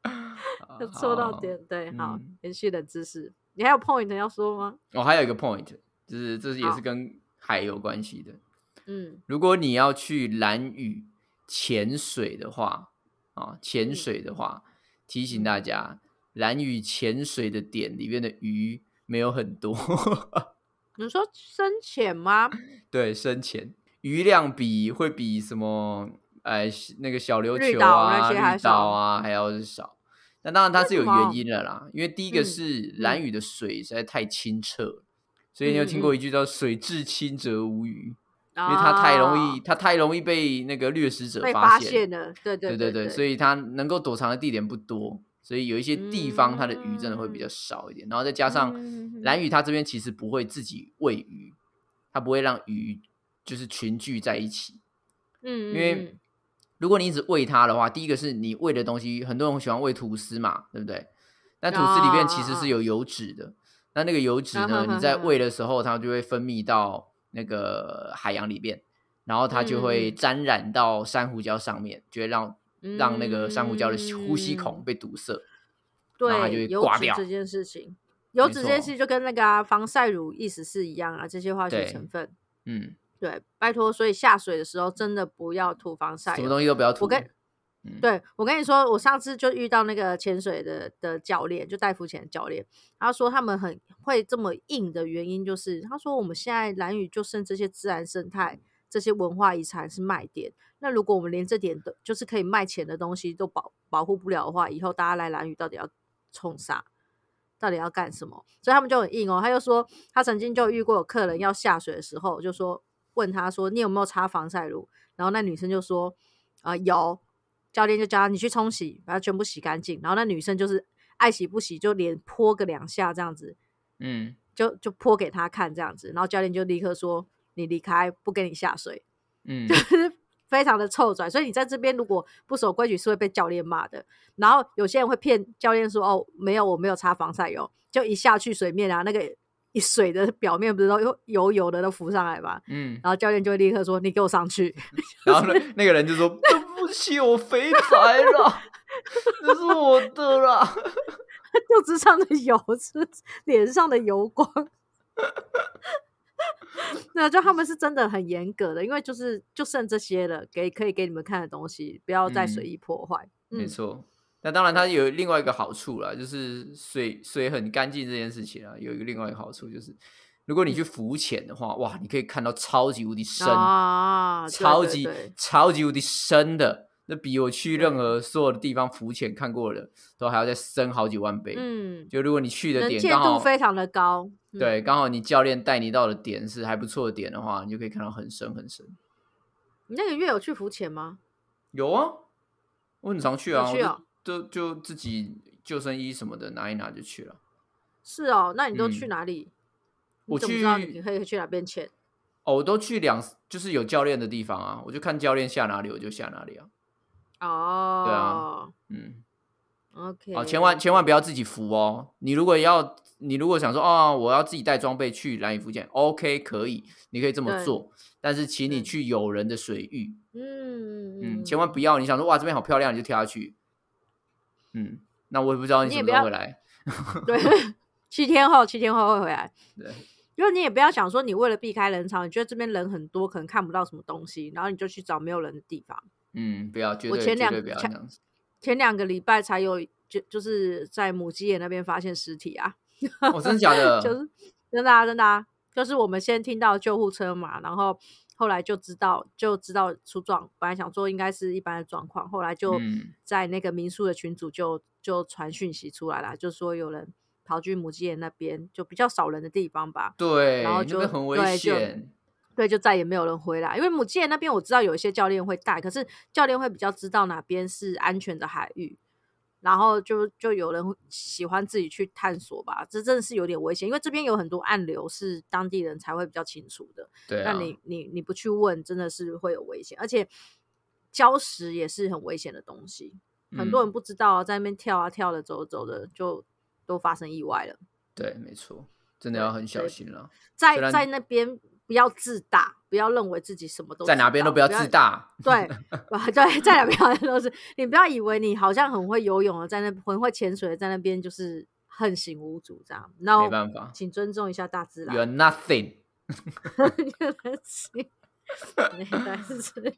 [SPEAKER 2] 啊
[SPEAKER 1] 就戳到
[SPEAKER 2] 好
[SPEAKER 1] 点，对，好
[SPEAKER 2] 嗯，
[SPEAKER 1] 延续冷知识，你还有 point 要说吗？
[SPEAKER 2] 我哦还有一个 point，就是这是也
[SPEAKER 1] 好
[SPEAKER 2] 是跟海有关系的。
[SPEAKER 1] 嗯，
[SPEAKER 2] 如果你要去蓝屿潜水的话，啊，
[SPEAKER 1] 嗯
[SPEAKER 2] 潜水的话，提醒大家，蓝屿潜水的点里面的鱼没有很多，
[SPEAKER 1] 你说深浅吗？
[SPEAKER 2] 对，深潜鱼量比会比什么，呃，那个小琉
[SPEAKER 1] 绿
[SPEAKER 2] 球
[SPEAKER 1] 岛
[SPEAKER 2] 啊、
[SPEAKER 1] 那些还
[SPEAKER 2] 绿
[SPEAKER 1] 少
[SPEAKER 2] 岛啊还要少。那当然它是有
[SPEAKER 1] 为什么
[SPEAKER 2] 原因的啦，因为第一个
[SPEAKER 1] 嗯
[SPEAKER 2] 是
[SPEAKER 1] 嗯
[SPEAKER 2] 蓝屿的水实在太清澈了，所以你有
[SPEAKER 1] 嗯
[SPEAKER 2] 听过一句叫“水至清则无鱼”。
[SPEAKER 1] 因
[SPEAKER 2] 因为它太容易，它太容易被那个掠食者
[SPEAKER 1] 啊被
[SPEAKER 2] 发
[SPEAKER 1] 发
[SPEAKER 2] 现。
[SPEAKER 1] 现了，对对
[SPEAKER 2] 对
[SPEAKER 1] 对
[SPEAKER 2] 对，所
[SPEAKER 1] 以
[SPEAKER 2] 以它能够躲藏的地点不多，所以有一些地方它的鱼真的会比较
[SPEAKER 1] 嗯
[SPEAKER 2] 少一点。然后再加上
[SPEAKER 1] 嗯
[SPEAKER 2] 蓝屿，它这边其实不会自己喂鱼，它不会让鱼就是群聚在一起，
[SPEAKER 1] 嗯，
[SPEAKER 2] 因为
[SPEAKER 1] 嗯
[SPEAKER 2] 如果你一直喂它的话，第一个是你喂的东西，很多人喜欢喂吐司嘛，对不对？但吐司里面其实是有油脂的，那那个油脂
[SPEAKER 1] 啊
[SPEAKER 2] 呢
[SPEAKER 1] 哈，哈
[SPEAKER 2] 你在
[SPEAKER 1] 哈
[SPEAKER 2] 喂的时候，它就会分泌到那个海洋里面，然后它就会
[SPEAKER 1] 嗯
[SPEAKER 2] 沾染到珊瑚礁上面，就会让
[SPEAKER 1] 嗯
[SPEAKER 2] 让那个珊瑚礁的呼吸孔
[SPEAKER 1] 嗯
[SPEAKER 2] 被堵塞。然后它就
[SPEAKER 1] 对
[SPEAKER 2] 会
[SPEAKER 1] 油
[SPEAKER 2] 挂
[SPEAKER 1] 脂
[SPEAKER 2] 掉
[SPEAKER 1] 这件事情，油
[SPEAKER 2] 没
[SPEAKER 1] 脂这件
[SPEAKER 2] 错
[SPEAKER 1] 事情就跟那个啊防晒乳意思是一样啊，这些化学
[SPEAKER 2] 对
[SPEAKER 1] 成分，
[SPEAKER 2] 嗯，
[SPEAKER 1] 对，拜托，所以下水的时候真的不要涂防晒
[SPEAKER 2] 什
[SPEAKER 1] 油
[SPEAKER 2] 么。东西都不要吐。
[SPEAKER 1] 我跟
[SPEAKER 2] 嗯
[SPEAKER 1] 对我跟你说，我上次就遇到那个潜水的的教练，就带浮潜的教练，他说他们很会这么硬的原因，就是他说我们现在蓝屿就剩这些自然生态、这些文化遗产是卖点。那如果我们连这点都就是可以卖钱的东西都保保护不了的话，以后大家来蓝屿到底要冲啥？到底要干什么？所以他们就很硬哦。他就说，他曾经就遇过有客人要下水的时候，就说问他说你有没有擦防晒乳？然后那女生就说啊、呃有。教练就叫他你去冲洗，把它全部洗干净。然后那女生就是爱洗不洗，就连泼个两下这样子，
[SPEAKER 2] 嗯，
[SPEAKER 1] 就就泼给他看这样子。然后教练就立刻说你离开，不跟你下水。
[SPEAKER 2] 嗯，
[SPEAKER 1] 非常的臭拽，所以你在这边如果不守规矩是会被教练骂的。然后有些人会骗教练说：“哦，没有，我没有擦防晒油。”就一下去水面啊，那个一水的表面不是都油油油的都浮上来嘛？
[SPEAKER 2] 嗯，
[SPEAKER 1] 然后教练就会立刻说：“你给我上去！”
[SPEAKER 2] 然后那那个人就说：“对不起，我肥宅了， 这是我的啦。
[SPEAKER 1] 肚子上的油是脸上的油光。 那就他们是真的很严格的，因为就是就剩这些了，给可以给你们看的东西，不要再随
[SPEAKER 2] 嗯
[SPEAKER 1] 意破坏。
[SPEAKER 2] 没
[SPEAKER 1] 嗯
[SPEAKER 2] 错。那当然，它有另外一个好处啦，就是水水很干净这件事情啊，有一个另外一个好处就是，如
[SPEAKER 1] 嗯
[SPEAKER 2] 果你去浮潜的话，哇，你可以看到超级无敌深，
[SPEAKER 1] 啊，对
[SPEAKER 2] 超
[SPEAKER 1] 对
[SPEAKER 2] 级
[SPEAKER 1] 对
[SPEAKER 2] 超级无敌深的，那比我去任
[SPEAKER 1] 对
[SPEAKER 2] 何所有的地方浮潜看过的都还要再深好几万倍。
[SPEAKER 1] 嗯，
[SPEAKER 2] 就如果你去的
[SPEAKER 1] 能
[SPEAKER 2] 点
[SPEAKER 1] 见
[SPEAKER 2] 刚好
[SPEAKER 1] 度非常的高。嗯
[SPEAKER 2] 对，刚好你教练带你到的点是还不错的点的话，你就可以看到很深很深。
[SPEAKER 1] 你那个月有去浮潜吗？
[SPEAKER 2] 有啊，我很常去啊，
[SPEAKER 1] 你
[SPEAKER 2] 我
[SPEAKER 1] 去
[SPEAKER 2] 就
[SPEAKER 1] 哦
[SPEAKER 2] 就就自己救生衣什么的拿一拿就去了。
[SPEAKER 1] 是哦，那你都去
[SPEAKER 2] 嗯
[SPEAKER 1] 哪里？你
[SPEAKER 2] 我
[SPEAKER 1] 怎么知道你
[SPEAKER 2] 去
[SPEAKER 1] 可以去哪边潜？
[SPEAKER 2] 哦，我都去两就是有教练的地方啊，我就看教练下哪里我就下哪里啊。
[SPEAKER 1] 哦，
[SPEAKER 2] 嗯，
[SPEAKER 1] ，OK，
[SPEAKER 2] 哦，千万千万不要自己扶哦。你如果要你如果想说哦，我要自己带装备去蓝屿福建，OK 可以，你可以这么
[SPEAKER 1] 对
[SPEAKER 2] 做，但是请
[SPEAKER 1] 嗯
[SPEAKER 2] 你去有人的水域，
[SPEAKER 1] 嗯，嗯
[SPEAKER 2] 嗯，千万不要你想说哇这边好漂亮你就跳下去，嗯，那我也不知道你
[SPEAKER 1] 你
[SPEAKER 2] 什
[SPEAKER 1] 也
[SPEAKER 2] 么
[SPEAKER 1] 不
[SPEAKER 2] 时候
[SPEAKER 1] 要
[SPEAKER 2] 会来，
[SPEAKER 1] 嗯对， 七天后，七天后会回来。
[SPEAKER 2] 对，
[SPEAKER 1] 因为你也不要想说，你为了避开人潮，你觉得这边人很多，可能看不到什么东西，然后你就去找没有人的地方。
[SPEAKER 2] 嗯，不要，绝
[SPEAKER 1] 我
[SPEAKER 2] 对
[SPEAKER 1] 前
[SPEAKER 2] 绝
[SPEAKER 1] 两
[SPEAKER 2] 对不要这
[SPEAKER 1] 前
[SPEAKER 2] 样子。
[SPEAKER 1] 前两个礼拜才有，就就是在母鸡眼那边发现尸体啊，
[SPEAKER 2] 我、 哦真的假 的？
[SPEAKER 1] 就是真的啊，真的啊，就是我们先听到救护车嘛，然后后来就知道就知道出状，本来想说应该是一般的状况，后来就
[SPEAKER 2] 嗯
[SPEAKER 1] 在那个民宿的群组就就传讯息出来啦，就说有人跑去母鸡眼那边，就比较少人的地方吧，
[SPEAKER 2] 对，
[SPEAKER 1] 然后
[SPEAKER 2] 那
[SPEAKER 1] 就
[SPEAKER 2] 边很危
[SPEAKER 1] 对就
[SPEAKER 2] 险。
[SPEAKER 1] 对，就再也没有人回来。因为母鸡眼那边我知道有一些教练会带，可是教练会比较知道哪边是安全的海域，然后就就有人会喜欢自己去探索吧。这真的是有点危险，因为这边有很多暗流是当地人才会比较清楚的。
[SPEAKER 2] 对啊
[SPEAKER 1] 那，你你你不去问，真的是会有危险，而且礁石也是很危险的东西，很多
[SPEAKER 2] 嗯
[SPEAKER 1] 人不知道啊，在那边跳啊跳的，走着走的就都发生意外了。
[SPEAKER 2] 对，没错，真的
[SPEAKER 1] 对
[SPEAKER 2] 要很小
[SPEAKER 1] 对
[SPEAKER 2] 心了，虽
[SPEAKER 1] 在
[SPEAKER 2] 然
[SPEAKER 1] 在那边不要自大，不要认为自己什么都
[SPEAKER 2] 在
[SPEAKER 1] 知
[SPEAKER 2] 哪边都
[SPEAKER 1] 道
[SPEAKER 2] 不要自。大。
[SPEAKER 1] 对，哇对，在哪边都是，你不要以为你好像很会游泳了，在那很会潜水，在那边就是横行无阻这样。然后
[SPEAKER 2] 没办法
[SPEAKER 1] 请尊重一下大自然。
[SPEAKER 2] You're nothing。
[SPEAKER 1] 原来是，原来是这样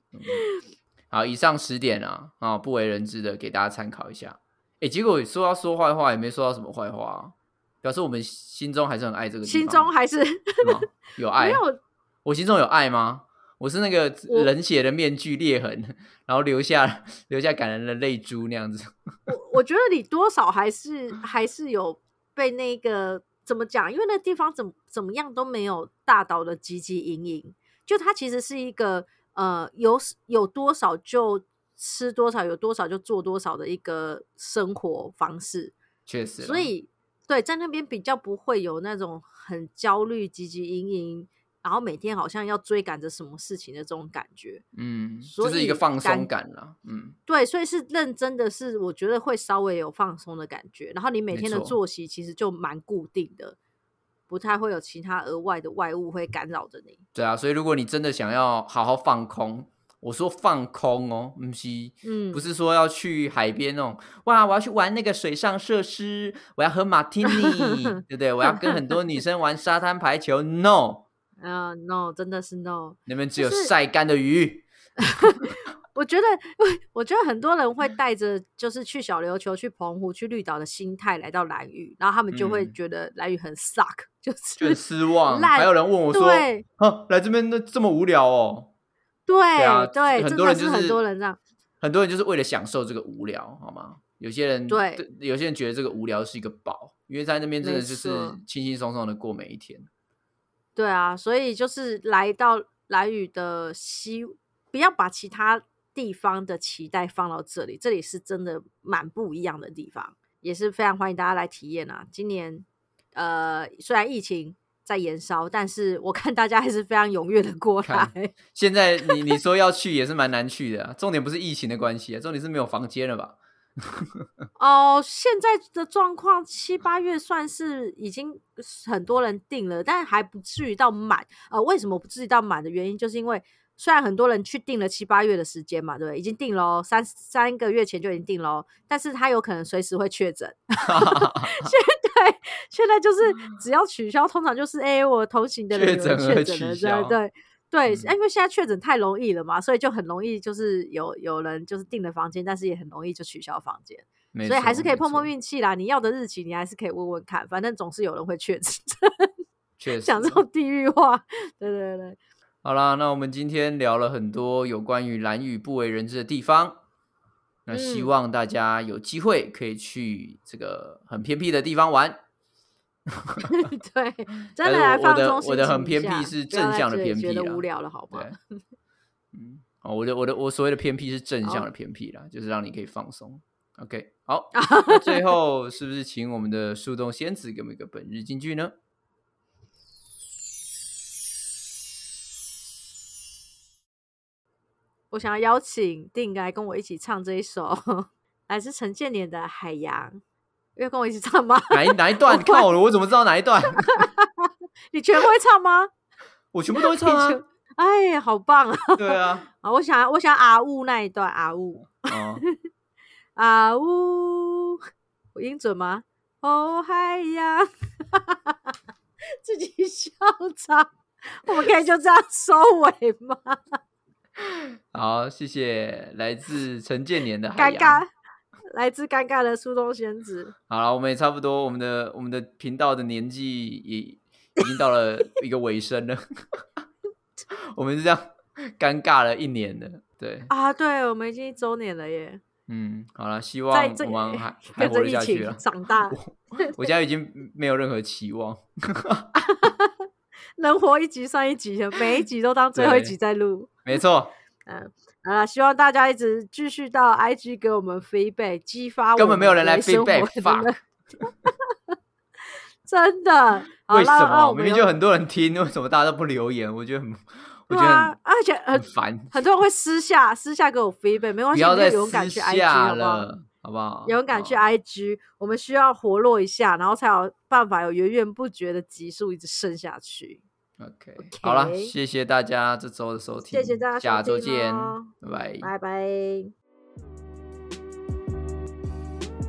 [SPEAKER 2] 好，以上十点啊，啊、不为人知的，给大家参考一下。诶，结果说要说坏话，也没说到什么坏话、啊，表示我们心中还是很爱这个地
[SPEAKER 1] 心
[SPEAKER 2] 方
[SPEAKER 1] 中还是
[SPEAKER 2] 是吗有 爱
[SPEAKER 1] 没。有
[SPEAKER 2] 我心中有爱吗？我是那个
[SPEAKER 1] 我
[SPEAKER 2] 冷血的面具裂痕， 然后留下 留下感人的泪珠那样子。
[SPEAKER 1] 我我觉得你多少还是还是有被那个怎么讲，因为那地方怎么怎么样都没有大岛的汲汲营营，就它其实是一个呃有有多少就吃多少，有多少就做多少的一个生活方式，
[SPEAKER 2] 确实啦，
[SPEAKER 1] 所以对在那边比较不会有那种很焦虑、汲汲营营。然后每天好像要追赶着什么事情的这种感觉，
[SPEAKER 2] 嗯，
[SPEAKER 1] 所
[SPEAKER 2] 就是一个
[SPEAKER 1] 以
[SPEAKER 2] 放松
[SPEAKER 1] 感
[SPEAKER 2] 感啦。嗯，
[SPEAKER 1] 对，所以是认真的是，我觉得会稍微有放松的感觉。然后你每
[SPEAKER 2] 没
[SPEAKER 1] 天的
[SPEAKER 2] 错
[SPEAKER 1] 作息其实就蛮固定的，不太会有其他额外的外物会干扰着你。
[SPEAKER 2] 对啊。所以如果你真的想要好好放空，我说放空哦，不是，
[SPEAKER 1] 嗯，
[SPEAKER 2] 不是说要去海边那种，哇，我要去玩那个水上设施，我要喝马提尼，对不对？我要跟很多女生玩沙滩排球，no，
[SPEAKER 1] 啊、n o 真的是 no。
[SPEAKER 2] 那边只有
[SPEAKER 1] 就是
[SPEAKER 2] 晒干的鱼。
[SPEAKER 1] 我觉得， 我觉得很多人会
[SPEAKER 2] 嗯
[SPEAKER 1] 带着就是去小琉球、去澎湖、去绿岛的心态来到蓝屿，然后他们就会
[SPEAKER 2] 嗯
[SPEAKER 1] 觉得蓝屿很 suck，就是
[SPEAKER 2] 就很失望，
[SPEAKER 1] 烂
[SPEAKER 2] 还有人问我说：“
[SPEAKER 1] 对
[SPEAKER 2] 哼，来这边那这么无聊哦。”
[SPEAKER 1] 对
[SPEAKER 2] 对啊，
[SPEAKER 1] 哎对，
[SPEAKER 2] 很
[SPEAKER 1] 真
[SPEAKER 2] 多
[SPEAKER 1] 的
[SPEAKER 2] 人就是
[SPEAKER 1] 很多人这样。，
[SPEAKER 2] 很多人就是为了享受这个无聊，好吗？有些人
[SPEAKER 1] 对，
[SPEAKER 2] 有些人觉得这个无聊是一个宝，因为在那边真的
[SPEAKER 1] 没
[SPEAKER 2] 就是
[SPEAKER 1] 错
[SPEAKER 2] 轻轻松松的过每一天。
[SPEAKER 1] 对啊，所以就是来到蓝屿的西，不要把其他地方的期待放到这里，这里是真的蛮不一样的地方，也是非常欢迎大家来体验啊。今年呃，虽然疫情在延烧，但是我看大家还是非常踊跃的过
[SPEAKER 2] 看
[SPEAKER 1] 来。
[SPEAKER 2] 现在你你说要去也是蛮难去的、啊，重点不是疫情的关系啊，重点是没有房间了吧？
[SPEAKER 1] 哦，现在的状况七八月算是已经很多人订了，但还不至于到满。呃，为什么不至于到满的原因，就是因为虽然很多人去订了七八月的时间嘛，对不对？已经订喽，三三个月前就已经订喽，但是他有可能随时会确诊。 对，现在就是只要取消，通常就是哎、我同行的人
[SPEAKER 2] 嗯确
[SPEAKER 1] 有人
[SPEAKER 2] 诊
[SPEAKER 1] 确
[SPEAKER 2] 而
[SPEAKER 1] 诊了，
[SPEAKER 2] 取消
[SPEAKER 1] 对对。对，
[SPEAKER 2] 嗯
[SPEAKER 1] 因为现在确诊太容易了嘛，所以就很容易就是有有人就是订了房间，但是也很容易就取消房间。
[SPEAKER 2] 没
[SPEAKER 1] 所以还
[SPEAKER 2] 错
[SPEAKER 1] 是可以
[SPEAKER 2] 没
[SPEAKER 1] 碰碰
[SPEAKER 2] 错，
[SPEAKER 1] 运气啦。你要的日期，你还是可以问问看，反正总是有人会确诊。
[SPEAKER 2] 确实
[SPEAKER 1] 讲这
[SPEAKER 2] 啊
[SPEAKER 1] 种地域话，对对对，
[SPEAKER 2] 好啦，那我们今天聊了很多有关于蓝屿不为人知的地方，那希
[SPEAKER 1] 嗯
[SPEAKER 2] 望大家有机会可以去这个很偏僻的地方玩。
[SPEAKER 1] 对， 真
[SPEAKER 2] 但
[SPEAKER 1] 的
[SPEAKER 2] 是
[SPEAKER 1] 来
[SPEAKER 2] 哎我
[SPEAKER 1] 放
[SPEAKER 2] 的
[SPEAKER 1] 松
[SPEAKER 2] 我
[SPEAKER 1] 心情一下。
[SPEAKER 2] 的很偏僻是
[SPEAKER 1] 不要
[SPEAKER 2] 正
[SPEAKER 1] 再
[SPEAKER 2] 向的
[SPEAKER 1] 觉得
[SPEAKER 2] 偏
[SPEAKER 1] 觉
[SPEAKER 2] 僻
[SPEAKER 1] 得
[SPEAKER 2] 啦
[SPEAKER 1] 无聊了好吗？
[SPEAKER 2] 对， 嗯，哦，我的我的我所谓的偏僻是正向
[SPEAKER 1] 好
[SPEAKER 2] 的偏僻啦，就是让你可以放松。OK，好，那最后是不是请我们的树洞仙子给我们一个本日金句呢？
[SPEAKER 1] 我想要邀请定来跟我一起唱这一首来自陈建年的《海洋》，要跟我一起唱吗？
[SPEAKER 2] 哪一哪一段靠了？我怎么知道哪一段？
[SPEAKER 1] 你全会唱吗？
[SPEAKER 2] 我全部都会 唱
[SPEAKER 1] 你
[SPEAKER 2] 啊！
[SPEAKER 1] 哎呀，好棒啊！
[SPEAKER 2] 对啊，
[SPEAKER 1] 啊我想要我想要啊呜那一段啊呜
[SPEAKER 2] 哦，
[SPEAKER 1] 啊呜，我音准吗？哦嗨呀， 自己笑场，我们可以就这样收尾吗？
[SPEAKER 2] 好，谢谢来自陈建年的海
[SPEAKER 1] 尴
[SPEAKER 2] 洋。
[SPEAKER 1] 尬，来自尴尬的苏东先子，
[SPEAKER 2] 好了，我们也差不多，我们的我们的频道的年纪也已经到了一个尾声了。 我们是这样尴尬了一年了，对，
[SPEAKER 1] 啊，对，我们已经一周年了耶，
[SPEAKER 2] 嗯，好了，希
[SPEAKER 1] 在
[SPEAKER 2] 望
[SPEAKER 1] 这
[SPEAKER 2] 我 们还还
[SPEAKER 1] 跟
[SPEAKER 2] 活
[SPEAKER 1] 着
[SPEAKER 2] 得
[SPEAKER 1] 疫
[SPEAKER 2] 下去
[SPEAKER 1] 情
[SPEAKER 2] 了。
[SPEAKER 1] 长大，
[SPEAKER 2] 我现在已经没有任何期望，
[SPEAKER 1] 能活一集算一集的，每一集都当最后一集
[SPEAKER 2] 对
[SPEAKER 1] 在录。
[SPEAKER 2] 没错，
[SPEAKER 1] 好啦，希望大家一直继续到 IG 给我们 feedback，激发啊我
[SPEAKER 2] 根本没有人来
[SPEAKER 1] 对生活
[SPEAKER 2] feedback
[SPEAKER 1] 的
[SPEAKER 2] fuck
[SPEAKER 1] 那个真的，好
[SPEAKER 2] 为什
[SPEAKER 1] 让让
[SPEAKER 2] 么
[SPEAKER 1] 我
[SPEAKER 2] 明
[SPEAKER 1] 们
[SPEAKER 2] 明
[SPEAKER 1] 有
[SPEAKER 2] 就很多人听，为什么大家都不留言？我觉 得很，我
[SPEAKER 1] 对
[SPEAKER 2] 觉得很
[SPEAKER 1] 啊，而且
[SPEAKER 2] 很
[SPEAKER 1] 很
[SPEAKER 2] 烦，
[SPEAKER 1] 很多人会私下私下给我 feedback，没关
[SPEAKER 2] 不
[SPEAKER 1] 系，
[SPEAKER 2] 要
[SPEAKER 1] 你
[SPEAKER 2] 再
[SPEAKER 1] 就勇
[SPEAKER 2] 私
[SPEAKER 1] 敢去 IG
[SPEAKER 2] 下
[SPEAKER 1] 好不好？
[SPEAKER 2] 了，哦好不好？
[SPEAKER 1] 勇敢去
[SPEAKER 2] 好
[SPEAKER 1] IG，我们需要活络一下，然后才有办法有源源不绝的集数一直升下去。
[SPEAKER 2] OK，好了，
[SPEAKER 1] OK
[SPEAKER 2] 谢谢大家这周的收听，
[SPEAKER 1] 谢谢大家收
[SPEAKER 2] 下周
[SPEAKER 1] 听
[SPEAKER 2] 见
[SPEAKER 1] 哦，
[SPEAKER 2] 拜拜。
[SPEAKER 1] 拜拜。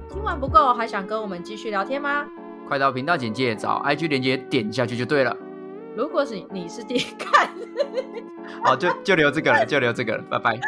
[SPEAKER 1] 听完不够，还想跟我们继续聊天吗？
[SPEAKER 2] 快到频道简介找 IG 连接点下去就对了。
[SPEAKER 1] 如果是你是第一看。
[SPEAKER 2] 好，就就留这个了，就留这个了，拜拜。